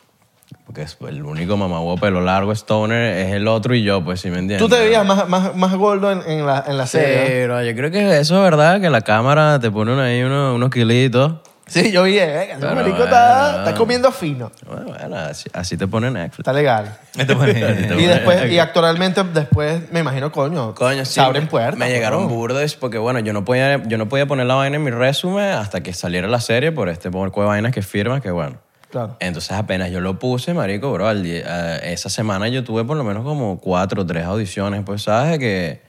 S5: Porque es el único mamagüo pelo largo, stoner, es el otro y yo, pues, si me entiendes.
S4: Tú te veías más, más, más gordo en, en la, en la serie. ah? ¿no?
S5: Pero yo creo que eso es verdad, que la cámara te pone ahí unos, unos kilitos.
S4: Sí, yo vi, eh, ese
S5: Pero
S4: marico
S5: bueno.
S4: está, está comiendo fino.
S5: Bueno, bueno, así, así te pone Netflix.
S4: Está legal.
S3: Este pone-
S4: Y después, y actualmente después, me imagino, coño,
S5: Coño, sí.
S4: se abren
S5: me-
S4: puertas.
S5: Me llegaron
S4: ¿no?
S5: burdes porque, bueno, yo no podía, yo no podía poner la vaina en mi resumen hasta que saliera la serie por este porco de vainas que firmas, que bueno.
S4: Claro.
S5: Entonces apenas yo lo puse, marico, bro, al día- a- esa semana yo tuve por lo menos como cuatro o tres audiciones, pues, ¿sabes? Que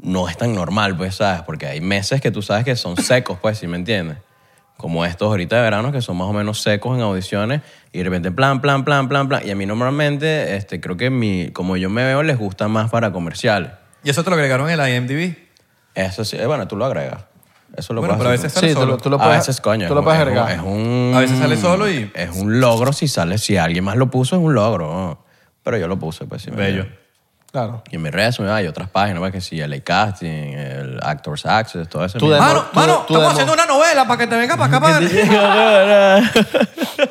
S5: no es tan normal, pues, ¿sabes? Porque hay meses que tú sabes que son secos, pues, ¿sí me entiendes? Como estos ahorita de verano que son más o menos secos en audiciones y de repente plan, plan, plan, plan, plan. Y a mí normalmente, este, creo que mi, como yo me veo, les gusta más para comerciales.
S3: Y eso te lo agregaron en la IMDb.
S5: Eso sí, eh, bueno, tú lo agregas. Eso lo
S3: Bueno,
S5: puedes
S3: pero a
S5: hacer
S3: veces
S5: tú.
S3: sale
S4: Sí, tú
S3: solo.
S4: lo, tú lo
S5: a
S4: puedes,
S5: veces, coño. Ah,
S4: Tú
S5: es
S4: lo
S5: un-
S4: puedes
S5: es un-
S4: agregar.
S5: Es un,
S3: A veces sale solo y-
S5: Es un logro si sale, si alguien más lo puso, es un logro. Pero yo lo puse, pues. sí me
S3: Bello.
S5: entiendes.
S4: Claro.
S5: Y en mi resumen hay otras páginas, pues, que sí, el casting, el Actors Access, todo eso.
S4: Tú
S5: mierda.
S4: demo-
S3: Mano,
S4: tú-
S3: mano,
S4: tú
S3: estamos
S4: demo-
S3: haciendo una novela para que te venga para acá. Para... mano,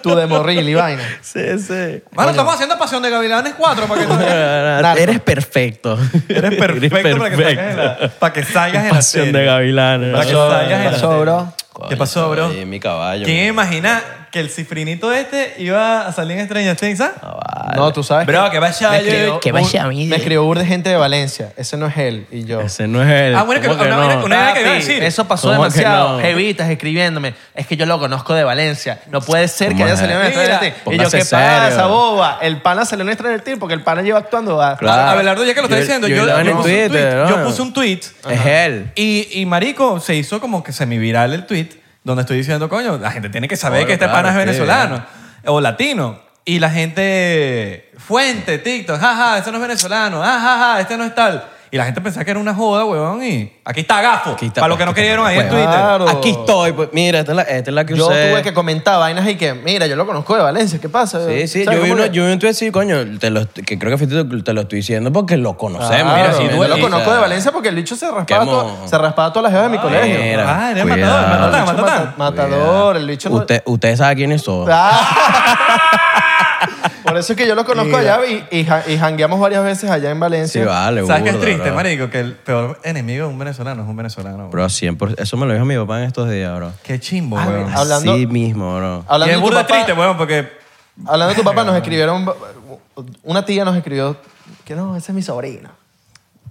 S4: Tú de morril y vaina.
S5: Sí, sí.
S3: estamos haciendo Pasión de Gavilanes 4 para que tú
S4: Narco.
S5: Eres perfecto.
S3: Eres perfecto, para que salgas en la, para que salgas en la
S5: Pasión
S3: serie.
S5: de gavilanes.
S3: Para que
S4: Pasó,
S3: salgas en la
S4: pasó,
S3: serie.
S4: bro.
S5: Coño,
S3: ¿Qué pasó, bro?
S5: ahí mi caballo.
S3: ¿Quién imagina que el cifrinito este iba a salir en Stranger Things, ah? ¿sabes?
S4: No, tú sabes.
S3: Bro, que vaya,
S4: me
S3: yo-
S4: escribió
S5: que vaya
S4: un-
S5: a mí.
S4: Me escribió burda gente de Valencia. Ese no es él. Y yo.
S5: Ese no es él.
S3: Ah, bueno, que
S5: ¿Cómo
S3: una vaina- una vaina que iba a
S4: Papi,
S3: decir.
S4: Eso pasó
S5: ¿Cómo que
S4: demasiado.
S5: no?
S4: Jevitas escribiéndome. Es que yo lo conozco de Valencia. No puede ser que
S5: ¿Cómo
S4: haya
S5: es?
S4: salido en
S3: Mira,
S4: Stranger Things. Y yo,
S5: póngase
S4: ¿qué pasa,
S5: serio.
S4: boba? El pana salió en Stranger Things porque el pana lleva actuando. a-
S5: Claro.
S3: Abelardo, ya que lo está
S5: Yo-
S3: diciendo,
S5: yo
S3: yo,
S5: la vi
S3: yo
S5: en
S3: puse un
S5: Twitter,
S3: tweet, yo
S5: ¿no?
S3: puse un tweet
S5: Es él.
S3: y, y marico, se hizo como que semi-viral el tweet donde estoy diciendo, coño, la gente tiene que saber
S5: Claro,
S3: que este
S5: claro,
S3: pana es
S5: sí,
S3: venezolano o latino. y la gente, fuente, TikTok, jaja, ese no es venezolano, ah, jaja, este no es tal. Y la gente pensaba que era una joda, huevón, y aquí está Gafo,
S5: Aquí está,
S3: para los que
S5: aquí
S3: no
S5: está.
S3: creyeron ahí en
S5: Bueno.
S3: Twitter.
S4: Claro.
S5: Aquí estoy. Pues, mira, esta es la, esta es la que
S4: Yo
S5: usé.
S4: tuve que comentar vainas y que, mira, yo lo conozco de Valencia, ¿qué pasa?
S5: Sí, sí,
S4: ¿Sabes
S5: yo vi,
S4: cómo
S5: uno,
S4: que-
S5: yo vi un tweet así, coño, te lo, que creo que fuiste tú, te lo estoy diciendo porque lo conocemos.
S4: Claro,
S5: mira, si
S4: yo
S5: duele,
S4: lo
S5: o
S4: conozco
S5: sea,
S4: de Valencia porque el bicho se raspaba,
S5: qué
S4: todo-
S5: mo-
S4: se raspaba todas las jevas de mi colegio.
S5: mira,
S3: Ah, eres
S5: cuidado.
S3: matador,
S4: El
S3: matador,
S4: bicho
S3: matador.
S4: mata- matador, el bicho. no-
S5: Usted, usted sabe quiénes son.
S4: Ah. Por eso es que yo lo conozco allá y, y, ja- y jangueamos varias veces allá en Valencia.
S5: Sí, vale,
S3: ¿Sabes qué es
S5: burda,
S3: triste,
S5: bro.
S3: marico? Que el peor enemigo de un venezolano es un venezolano. bro.
S5: Bro, 100%. Eso me lo dijo mi papá en estos días, bro.
S3: Qué chimbo, weón.
S4: Ah, Hablando- Ah,
S5: Así mismo, bro.
S3: Y
S4: Hablando
S3: es
S4: de tu
S3: burda
S4: papá-
S3: triste, weón, porque...
S4: Hablando de tu papá, nos escribieron. Una tía nos escribió. Que no, ese es mi sobrino.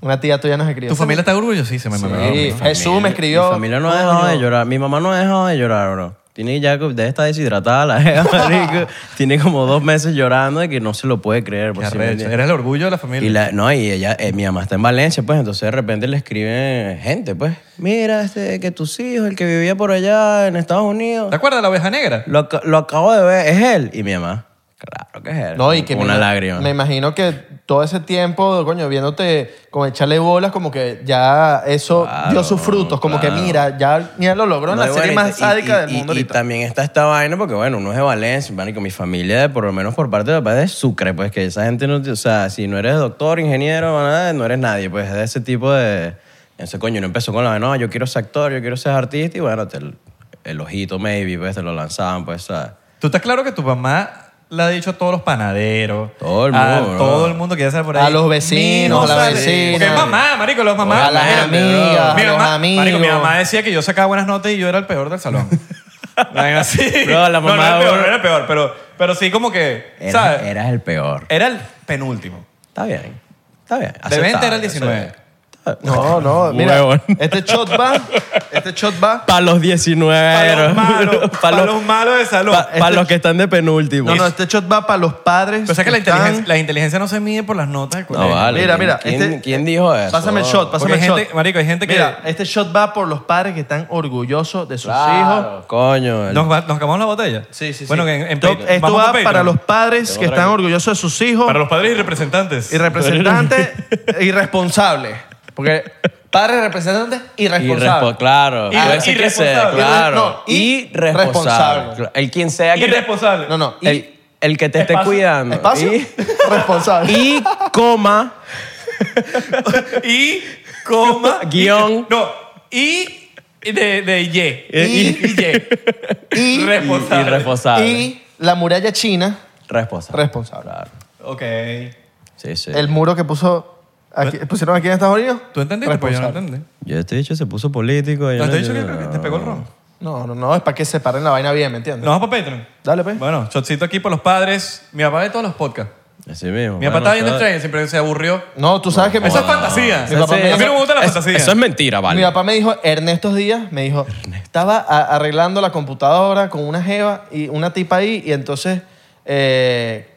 S4: Una tía tuya nos escribió.
S3: ¿Tu
S4: "Ese es
S3: familia está orgullosísima, me mamá?
S4: mi- Sí, Jesús me escribió.
S5: Mi familia no ha dejado de llorar. Mi mamá no ha dejado de llorar, bro. Tiene ya, debe estar deshidratada la jeva, marico. Tiene como dos meses llorando de que no se lo puede creer.
S3: Qué
S5: por si me
S3: arrecho.
S5: entiendes.
S3: Eres el orgullo de la familia.
S5: Y la- no, y ella, eh, mi mamá está en Valencia, pues, entonces de repente le escriben gente, pues, mira, este, que tus hijos, el que vivía por allá en Estados Unidos,
S3: ¿Te acuerdas de la oveja negra?
S5: lo, ac- lo acabo de ver, es él. Y mi mamá, claro que es él.
S4: No, y que
S5: Con una
S4: me,
S5: lágrima.
S4: Me imagino que todo ese tiempo, coño, viéndote con echarle bolas, como que ya eso dio sus frutos. Como que mira, ya, mira lo logró en
S5: No,
S4: la
S5: y
S4: serie
S5: bueno, y-
S4: más sádica
S5: y-
S4: del
S5: y-
S4: mundo
S5: Y,
S4: ahorita.
S5: también está esta vaina, porque bueno, uno es de Valencia, man, y con mi familia, de- por lo menos por parte de papá, es de Sucre, pues que esa gente no. te- O sea, si no eres doctor, ingeniero, nada, no eres nadie, pues es de ese tipo de. Entonces, coño, no empezó con la vaina, no, yo quiero ser actor, yo quiero ser artista, y bueno, te- el ojito, maybe, pues te lo lanzaban, pues, ¿sabes?
S3: ¿Tú estás claro que tu mamá le ha dicho a todos los panaderos?
S5: Todo el
S3: a
S5: mundo, bro.
S3: todo el mundo que ya sale por ahí.
S4: A los vecinos,
S3: No
S4: a la
S3: sale.
S4: vecina.
S3: Porque es mamá, marico, los mamás.
S4: A las
S3: imagínate, bro.
S4: amigas,
S3: Mi
S4: a los
S3: mamá-
S4: amigos.
S3: Marico, mi mamá decía que yo sacaba buenas notas y yo era el peor del salón. Vaina así.
S5: Bro, la
S3: No, no
S5: mamá,
S3: era el peor,
S5: bro.
S3: no era el peor, pero, pero sí como que,
S5: Eras,
S3: ¿sabes?
S5: eras el peor.
S3: Era el penúltimo.
S5: Está bien, está bien.
S3: De 20 era
S5: aceptable,
S3: el 19.
S5: está bien.
S4: No, no, mira.
S5: Huevón.
S4: Este shot va. Este shot va.
S5: Para los 19
S3: Para
S5: bro.
S3: los malos,
S5: Pa'
S3: para los malos de salón.
S5: pa- pa' los que están de penúltimo.
S4: No, no, este shot va para los padres.
S3: Pero o sea que la
S4: están-
S3: inteligencia, la inteligencia no se mide por las notas del
S5: No,
S3: colegio.
S5: vale.
S4: Mira,
S5: ¿Quién-
S4: mira,
S5: ¿Quién,
S4: este-
S5: quién dijo eso?
S4: Pásame el shot,
S3: Porque
S4: pásame
S3: hay
S4: el
S3: gente,
S4: shot.
S3: marico, hay gente que
S4: Mira, este shot va por los padres que están orgullosos de sus hijos.
S5: Claro, Coño. el-
S3: ¿Nos, va- nos acabamos la botella?
S4: Sí, sí, sí.
S3: Bueno, que en, en
S4: Esto-
S3: Patreon-
S4: esto
S3: vamos
S4: va
S3: a Patreon.
S4: para los padres que están orgullosos de sus hijos
S3: Para los padres y representantes.
S4: y representantes irresponsables. Porque padres, representantes, irresponsables.
S5: Irrespo- claro.
S3: Y-
S5: Puede ser que sea,
S3: irresponsable.
S5: claro.
S4: No, y-
S5: irresponsable.
S4: responsable.
S5: El quien sea que te,
S3: Irresponsable.
S4: No, no. y-
S5: el, el que te esté
S4: espacio-
S5: cuidando.
S4: Espacio.
S5: Y,
S4: Responsable.
S5: y coma.
S3: Y, coma.
S5: Guión. Eh.
S3: No, y de, de Y.
S4: Y-
S3: Y.
S4: Y-
S3: Responsable.
S5: Irresponsable.
S4: Y la muralla china,
S5: responsable.
S4: responsable.
S5: Claro.
S3: Ok.
S5: Sí, sí.
S4: El muro que puso aquí- pusieron aquí en Estados Unidos.
S3: ¿Tú entendiste? Pues yo no
S4: responsable.
S3: entendí.
S5: Yo este dicho se puso político. yo
S3: No, te he
S5: yo
S3: dicho que creo que te pegó el ron.
S4: No, no, no, es para que separen la vaina bien, ¿me entiendes?
S3: ¿Nos vamos para Patreon?
S4: Dale, pues.
S3: Bueno, shotcito aquí por los padres. Mi papá de todos los podcasts.
S5: Así mismo.
S3: Mi papá estaba viendo el
S5: tren.
S3: tren, siempre se aburrió.
S4: No, tú sabes que
S3: Eso es fantasía.
S4: Mi papá,
S5: Sí,
S4: me
S3: A mí no
S4: dijo,
S3: me gusta la
S5: Eso-
S3: fantasía.
S5: Eso es mentira,
S4: mi
S5: vale.
S4: papá me dijo, Ernesto Díaz, me dijo, estaba a- arreglando la computadora con una jeva y una tipa ahí y entonces eh,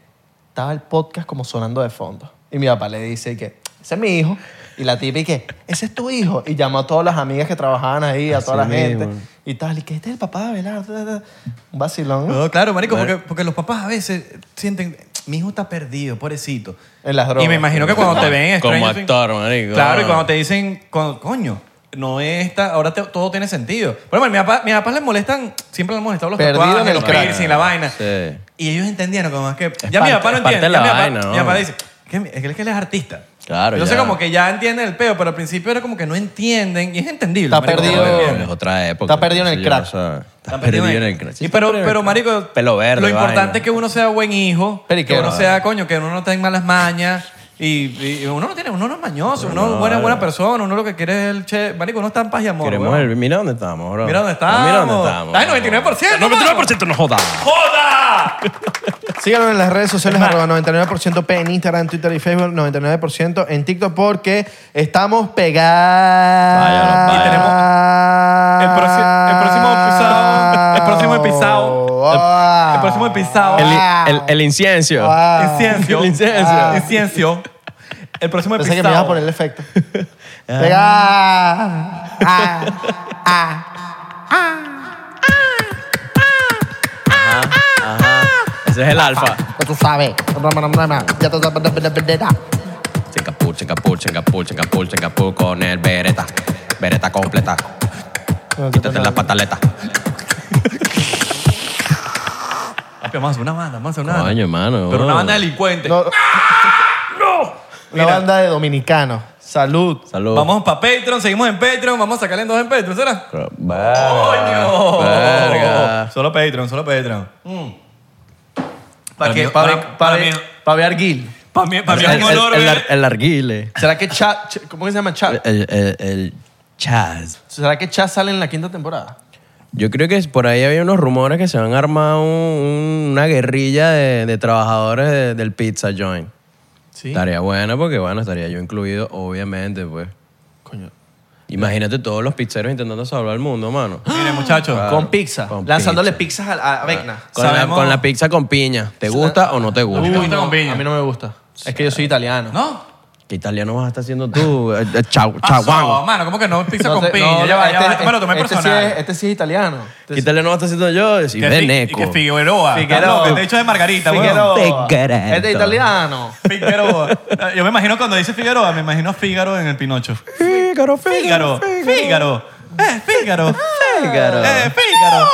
S4: estaba el podcast como sonando de fondo. Y mi papá le dice que, ese es mi hijo. Y la tipa y que, ese es tu hijo. Y llamó a todas las amigas que trabajaban ahí, a
S5: Así
S4: toda la gente.
S5: mismo.
S4: Y tal, y que este es el papá de Abelardo, ta, ta, ta. Un vacilón
S3: No, claro, marico, porque, porque los papás a veces sienten, mi hijo está perdido, pobrecito.
S4: en las drogas.
S3: Y me imagino que cuando te ven en
S5: Como
S3: Stranger Things-
S5: actor, marico.
S3: Claro, y cuando te dicen, cuando- coño, no es esta, ahora te- todo tiene sentido. Bueno, mi papá, mis papás les molestan, siempre les han molestado los
S4: Perdido en
S3: tatuajes,
S4: el
S3: los
S4: crack.
S3: piercing, la vaina.
S5: Sí.
S3: Y ellos entendieron como es que, ya mi
S5: parte-
S3: papá no
S5: es parte de
S3: entiende, ya
S5: la
S3: mi, papá,
S5: vaina,
S3: mi
S5: ¿no?
S3: papá dice, "Que mi- es que él es artista.
S5: Claro,
S3: Yo sé
S5: ya.
S3: como que ya entienden el peo, pero al principio era como que no entienden y es entendible.
S4: Está
S3: marico,
S4: perdido.
S3: no lo entienden.
S5: Es otra época.
S4: Está perdido en el
S5: Sí,
S4: crack.
S5: o sea, Está
S3: Están
S5: perdido
S3: perdidos
S5: en
S3: ahí.
S5: el crack.
S3: Y
S5: Sí,
S3: pero,
S5: está perdido
S3: pero,
S5: en el crack.
S3: marico,
S5: Pelo verde.
S3: lo importante
S5: vaina.
S3: es que uno sea buen hijo,
S4: Pero, ¿y qué
S3: que uno
S4: va?
S3: sea, coño, que uno no tenga malas mañas. Y, y uno no tiene, uno no es mañoso, uno es buena, buena persona, uno lo que quiere es el che. Marico, uno está en paz y amor.
S5: Queremos
S3: weón.
S5: el- Mira dónde estamos, bro.
S3: Mira dónde estamos.
S5: Mira dónde estamos.
S3: Ay, 99%, mano.
S5: 99% no jodas.
S3: ¡Joda!
S4: Síganos en las redes sociales, arroba 99% P en Instagram, Twitter y Facebook, 99% en TikTok, porque estamos pegados.
S5: Váyalo,
S3: Y tenemos el, proci- el próximo episodio. El próximo episodio. El, el próximo episodio.
S5: El, el, el inciencio.
S4: Wow.
S3: Inciencio.
S5: El inciencio.
S3: Inciencio. El próximo
S4: Pensé
S3: episodio.
S4: que me ibas a poner el efecto.
S3: Ah.
S4: Pegado. Ah.
S5: Ajá. Ese Ese es el alfa.
S4: Ya tú sabes. Ya tú sabes.
S5: Singapur, Singapur, Singapur, Singapur, Singapur con el vereta. Vereta completa. Quítate la pataleta.
S3: Papi, vamos a hacer una banda, vamos a hacer una banda.
S5: Coño, hermano.
S3: Pero una
S5: wow.
S3: banda delincuente.
S4: No, una
S3: Mira.
S4: banda de dominicanos. Salud.
S5: Salud.
S3: Vamos para Patreon, seguimos en Patreon, vamos a sacarle en dos en Patreon, ¿será?
S5: Verga.
S3: ¡Coño!
S5: Verga.
S3: Solo Patreon, solo Patreon.
S4: Para
S3: Para
S4: que
S3: mí-
S4: para
S3: para-
S4: para
S3: para
S4: ver-
S3: mí-
S4: para ver Gil.
S3: Para mí, para mí
S5: El,
S3: es un
S5: el-
S3: honor. ¿eh?
S5: el-
S3: ver-
S5: el arguile.
S4: ¿Será que Cha, Ch- cómo que se llama Cha?
S5: El, el, el chaz.
S4: ¿Será que Cha sale en la quinta temporada?
S5: Yo creo que por ahí había unos rumores que se van a armar un- un- una guerrilla de, de trabajadores de- del pizza joint.
S4: Sí.
S5: Estaría buena porque, bueno, estaría yo incluido, obviamente, pues.
S4: Coño.
S5: Imagínate todos los pizzeros intentando salvar el mundo, mano.
S3: Mire, muchachos.
S4: Con pizza.
S5: Con
S4: lanzándole pizzas a, a- a Vecna.
S5: Con la,
S3: Sabemos-
S5: con la pizza con piña. ¿Te gusta o no te gusta?
S3: mí te
S4: Uy,
S3: gusta
S4: no,
S3: con piña?
S4: a mí no me gusta. Es que yo soy italiano.
S3: ¿No? Ah,
S5: ¿Qué italiano vas a estar haciendo tú? Eh, eh, chau-
S3: No,
S5: Chaguán.
S3: mano, ¿cómo que no? Pizza
S4: No
S3: con
S4: sé,
S3: piña.
S4: no,
S3: ya va, ya
S4: este-
S3: va. Esto me lo tomé
S4: este sí
S3: personal.
S4: es- este sí es italiano.
S5: ¿Qué italiano vas a estar haciendo yo? Si
S3: Que fi-
S5: ven
S3: y que
S5: eco.
S3: Figueroa.
S4: Figueroa.
S3: No, que te he dicho de Margarita, weón.
S4: Figueroa.
S5: Figueroa.
S4: Este es italiano.
S3: Figueroa. Yo me imagino cuando dice Figueroa, me imagino Fígaro en el Pinocho.
S5: Fígaro,
S3: Fígaro, Fígaro. Eh, Fígaro.
S5: Fígaro.
S3: Eh, Fígaro.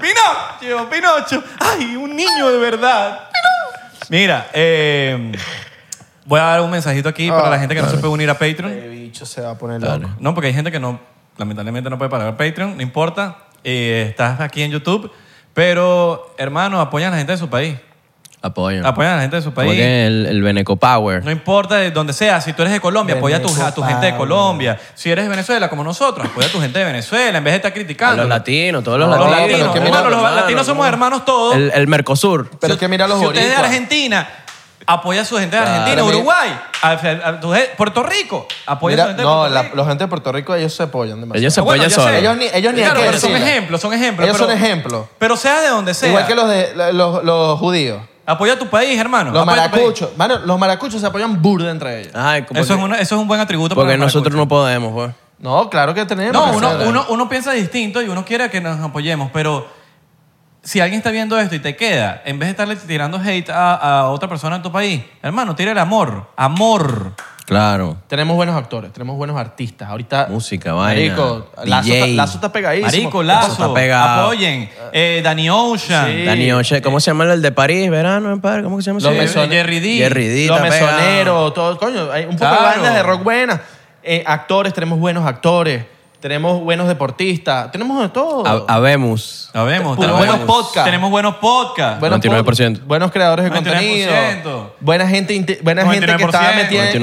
S3: Pinocho. Pinocho, Pinocho. Ay, un niño de verdad. Mira, eh, voy a dar un mensajito aquí para
S4: Ah.
S3: la gente que no se puede unir a Patreon.
S4: Este bicho se va a poner
S5: Dale.
S4: loco.
S3: No, porque hay gente que no, lamentablemente no puede pagar Patreon, no importa. Eh, estás aquí en YouTube, pero hermano, apoyan a la gente de su país.
S5: Apoyo.
S3: Apoyan a la gente de su
S5: Como
S3: país.
S5: que el, el Beneco Power.
S3: No importa de donde sea, si tú eres de Colombia, apoya a tu, a tu gente de Colombia. Si eres de Venezuela, como nosotros, apoya a tu gente de Venezuela en vez de estar
S5: A
S3: criticando.
S5: los latinos, todos los
S4: No,
S5: latinos.
S4: pero que mira,
S5: hermano,
S3: los
S5: hermano,
S3: latinos somos hermanos todos.
S5: El, el Mercosur.
S4: Pero es que mira los
S3: si usted es de
S4: boricuas.
S3: Argentina, apoya a su gente de
S5: Claro,
S3: Argentina.
S4: mira.
S3: Uruguay, a- a- a tu gente- Puerto Rico, apoya a
S4: Mira,
S3: su gente de
S4: no,
S3: Puerto
S4: la,
S3: Rico.
S4: la gente de Puerto Rico, ellos se apoyan demasiado.
S5: Ellos se
S3: Ah, bueno,
S5: apoyan
S3: ya sé.
S5: solos.
S4: Ellos ni, ellos ni hay
S3: Claro,
S4: que
S3: pero son
S4: decirlo.
S3: ejemplos, son ejemplos.
S4: Ellos son
S3: pero-
S4: ejemplos.
S3: Pero sea de donde sea.
S4: Igual que los, de, la- los, los judíos.
S3: Apoya a tu país, hermano.
S4: Los
S3: Apoya a tu país.
S4: maracuchos. Mano, los maracuchos se apoyan burda entre ellos.
S5: Ay, como
S3: Eso es,
S5: que-
S3: una- eso es un buen atributo para
S5: Porque
S3: los
S5: nosotros no podemos, pues.
S4: No, claro que tenemos.
S3: No, uno,
S4: Claro.
S3: uno- uno piensa distinto y uno quiere que nos apoyemos, pero si alguien está viendo esto y te queda, en vez de estarle tirando hate a, a otra persona en tu país, hermano, tira el amor. Amor.
S5: Claro.
S4: Tenemos buenos actores, tenemos buenos artistas. Ahorita.
S5: Música, vaina,
S4: Marico,
S5: DJ.
S4: Lazo, está- Lazo está pegadísimo.
S5: Eso
S3: Marico, Lazo.
S5: está pegado.
S3: Apoyen. Eh, Danny Ocean.
S4: Sí.
S5: Dani Oche, ¿cómo se llama el de París? Verano, compadre, ¿cómo que se llama?
S4: Los
S5: ese?
S4: mesoneros.
S3: Jerry D.
S5: Jerry D.
S4: Los
S5: está pegado.
S4: mesoneros, todo. Coño, hay un poco de
S3: Claro.
S4: bandas de rock buenas. Eh, actores, tenemos buenos actores. Tenemos buenos deportistas. Tenemos de todo.
S5: A- Habemus.
S3: Sabemos.
S4: Puros
S3: tenemos-
S4: buenos podcasts.
S3: Tenemos buenos podcasts.
S4: Buenos
S5: 99%.
S4: pod- Buenos creadores de
S3: 99%.
S4: contenido. Buena gente, inte- buena gente que está
S3: 99%.
S4: metida en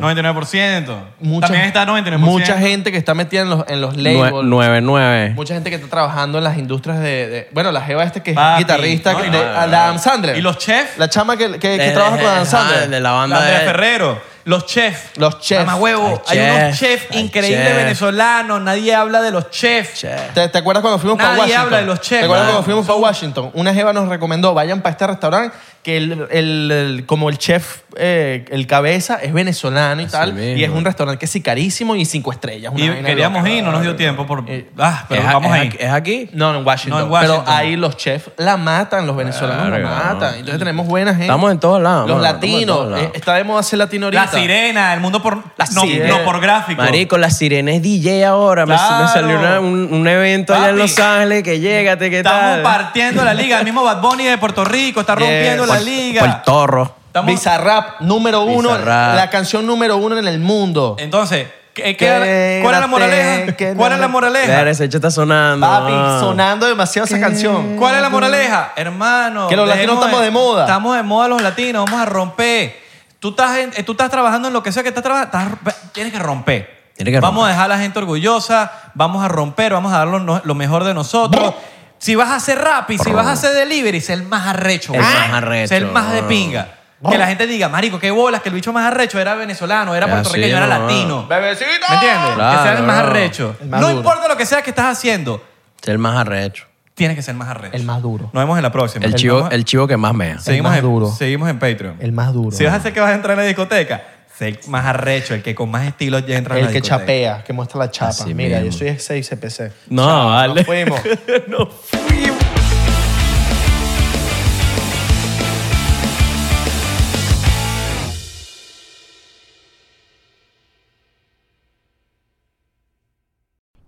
S5: 99%.
S3: 99%.
S4: Mucha-
S3: También está 99%.
S4: Mucha gente que está metida en los, en los labels.
S5: Nue- 99.
S4: Mucha gente que está trabajando en las industrias de. de- bueno, la Jeva este que es
S3: Papi,
S4: guitarrista,
S3: no,
S4: que-
S3: no,
S4: de-
S5: no,
S4: a- la Adam Sandler.
S3: ¿Y los Eh, chefs?
S4: La chama que, que- que
S5: De-
S4: trabaja con
S3: ah,
S4: Adam
S5: ajá,
S4: Sandler.
S5: eh, ah, de la banda
S3: Andrea
S5: de-
S3: Ferrero, los chefs.
S4: Los chefs.
S3: Mamá huevo, hay
S5: Hay chefs,
S3: unos chefs
S5: hay
S3: increíbles
S5: chefs.
S3: venezolanos, nadie habla de los chefs.
S5: Che.
S4: ¿Te, te acuerdas cuando fuimos para
S3: Nadie
S4: Washington?
S3: habla de los chefs,
S4: ¿Te acuerdas
S3: mano.
S4: cuando fuimos para Washington? Una jeva nos recomendó, vayan para este restaurante, que el, el- el- como el chef, eh, el cabeza, es venezolano y tal. Y
S5: mismo.
S4: es un restaurante que es sí carísimo y cinco estrellas. una
S3: Y
S4: vaina
S3: queríamos
S4: loca.
S3: ir, no nos dio tiempo por
S4: Eh,
S3: ah, pero
S5: ¿Es, a-
S3: vamos
S5: es
S3: ahí.
S5: aquí- ¿Es aquí?
S4: No, en Washington.
S3: No, en Washington.
S4: Pero ahí los chefs la matan, los venezolanos la
S5: Verga,
S4: matan.
S5: no.
S4: Entonces tenemos buena gente.
S5: Estamos en todos lados,
S4: Los
S5: mano, estamos en
S4: latinos.
S5: todos lados.
S4: eh, está de moda ser latino ahorita.
S3: La sirena, el mundo por
S4: La
S3: no,
S4: sirena.
S3: no por gráfico.
S5: Marico, la sirena es DJ ahora. Me- Me,
S3: Claro.
S5: salió una- un, un evento allá en
S3: Papi.
S5: Los Ángeles que llégate, ¿qué
S3: Estamos
S5: tal?
S3: partiendo la liga, el mismo Bad Bunny de Puerto Rico está
S4: Yes.
S3: rompiendo la
S5: Por-
S3: liga.
S5: Por el torro.
S3: Estamos-
S4: Bizarrap, número uno.
S5: Bizarrap.
S4: La canción número uno en el mundo.
S3: Entonces, ¿qué- qué era- ¿cuál es la
S4: Quédate,
S3: moraleja?
S4: que
S3: ¿Cuál
S4: no-
S3: es la moraleja?
S5: Verga, ese hecho está sonando.
S4: Papi,
S5: ah.
S4: sonando demasiado esa canción.
S3: ¿Cuál es la moraleja? Hermano.
S4: Que los latinos
S3: dejemos
S4: estamos de moda.
S3: Estamos de moda los latinos, vamos a romper. Tú estás, en- eh, tú estás trabajando en lo que sea que estás trabajando, estás- tienes que romper.
S5: Tienes que
S3: vamos
S5: romper.
S3: a dejar a la gente orgullosa, vamos a romper, vamos a dar lo, no- lo mejor de nosotros. Si vas a hacer rap y si vas a hacer delivery, sé el más arrecho.
S5: El
S3: güey.
S5: más arrecho.
S3: Sé el más de pinga. Que la gente diga, marico, qué bolas, que el bicho más arrecho era venezolano, era
S5: Es
S3: puertorriqueño,
S5: así,
S3: era
S5: mamá.
S3: latino.
S4: Bebecito.
S3: ¿Me entiendes? que sea el
S5: Claro,
S3: más
S5: no.
S3: arrecho.
S4: El más
S3: no
S4: duro.
S3: importa lo que sea que estás haciendo,
S5: Es el más arrecho.
S3: tienes que ser más arrecho.
S4: El más duro.
S3: Nos vemos en la próxima.
S5: El, chivo,
S3: Vamos a-
S5: el chivo que más mea.
S3: seguimos
S4: más
S3: en,
S4: duro.
S3: Seguimos en Patreon.
S4: El más duro.
S3: Si vas a hacer que vas a entrar en la discoteca, sé el más arrecho, el que con más estilo ya entra en
S4: El
S3: la
S4: que
S3: discoteca.
S4: chapea, que muestra la chapa.
S5: Así
S4: Mira,
S5: mismo.
S4: yo soy X6CPC.
S3: pues.
S5: No, vale.
S4: Nos fuimos.
S5: no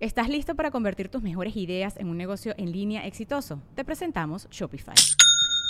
S2: ¿Estás listo para convertir tus mejores ideas en un negocio en línea exitoso? Te presentamos Shopify.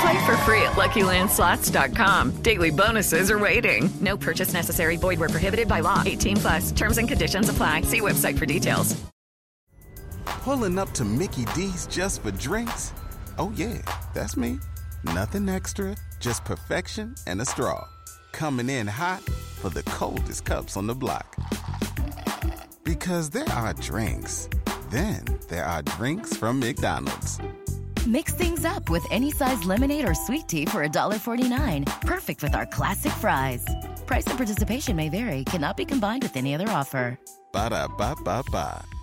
S6: Play for free at LuckyLandSlots.com. Daily bonuses are waiting. No purchase necessary. Void were prohibited by law. 18 plus. Terms and conditions apply. See website for details.
S7: Pulling up to Mickey D's just for drinks? Oh, yeah, that's me. Nothing extra, just perfection and a straw. Coming in hot for the coldest cups on the block. Because there are drinks, then there are drinks from McDonald's.
S8: Mix things up with any size lemonade or sweet tea for $1.49. Perfect with our classic fries. Price and participation may vary, cannot be combined with any other offer.
S7: Ba da ba ba ba.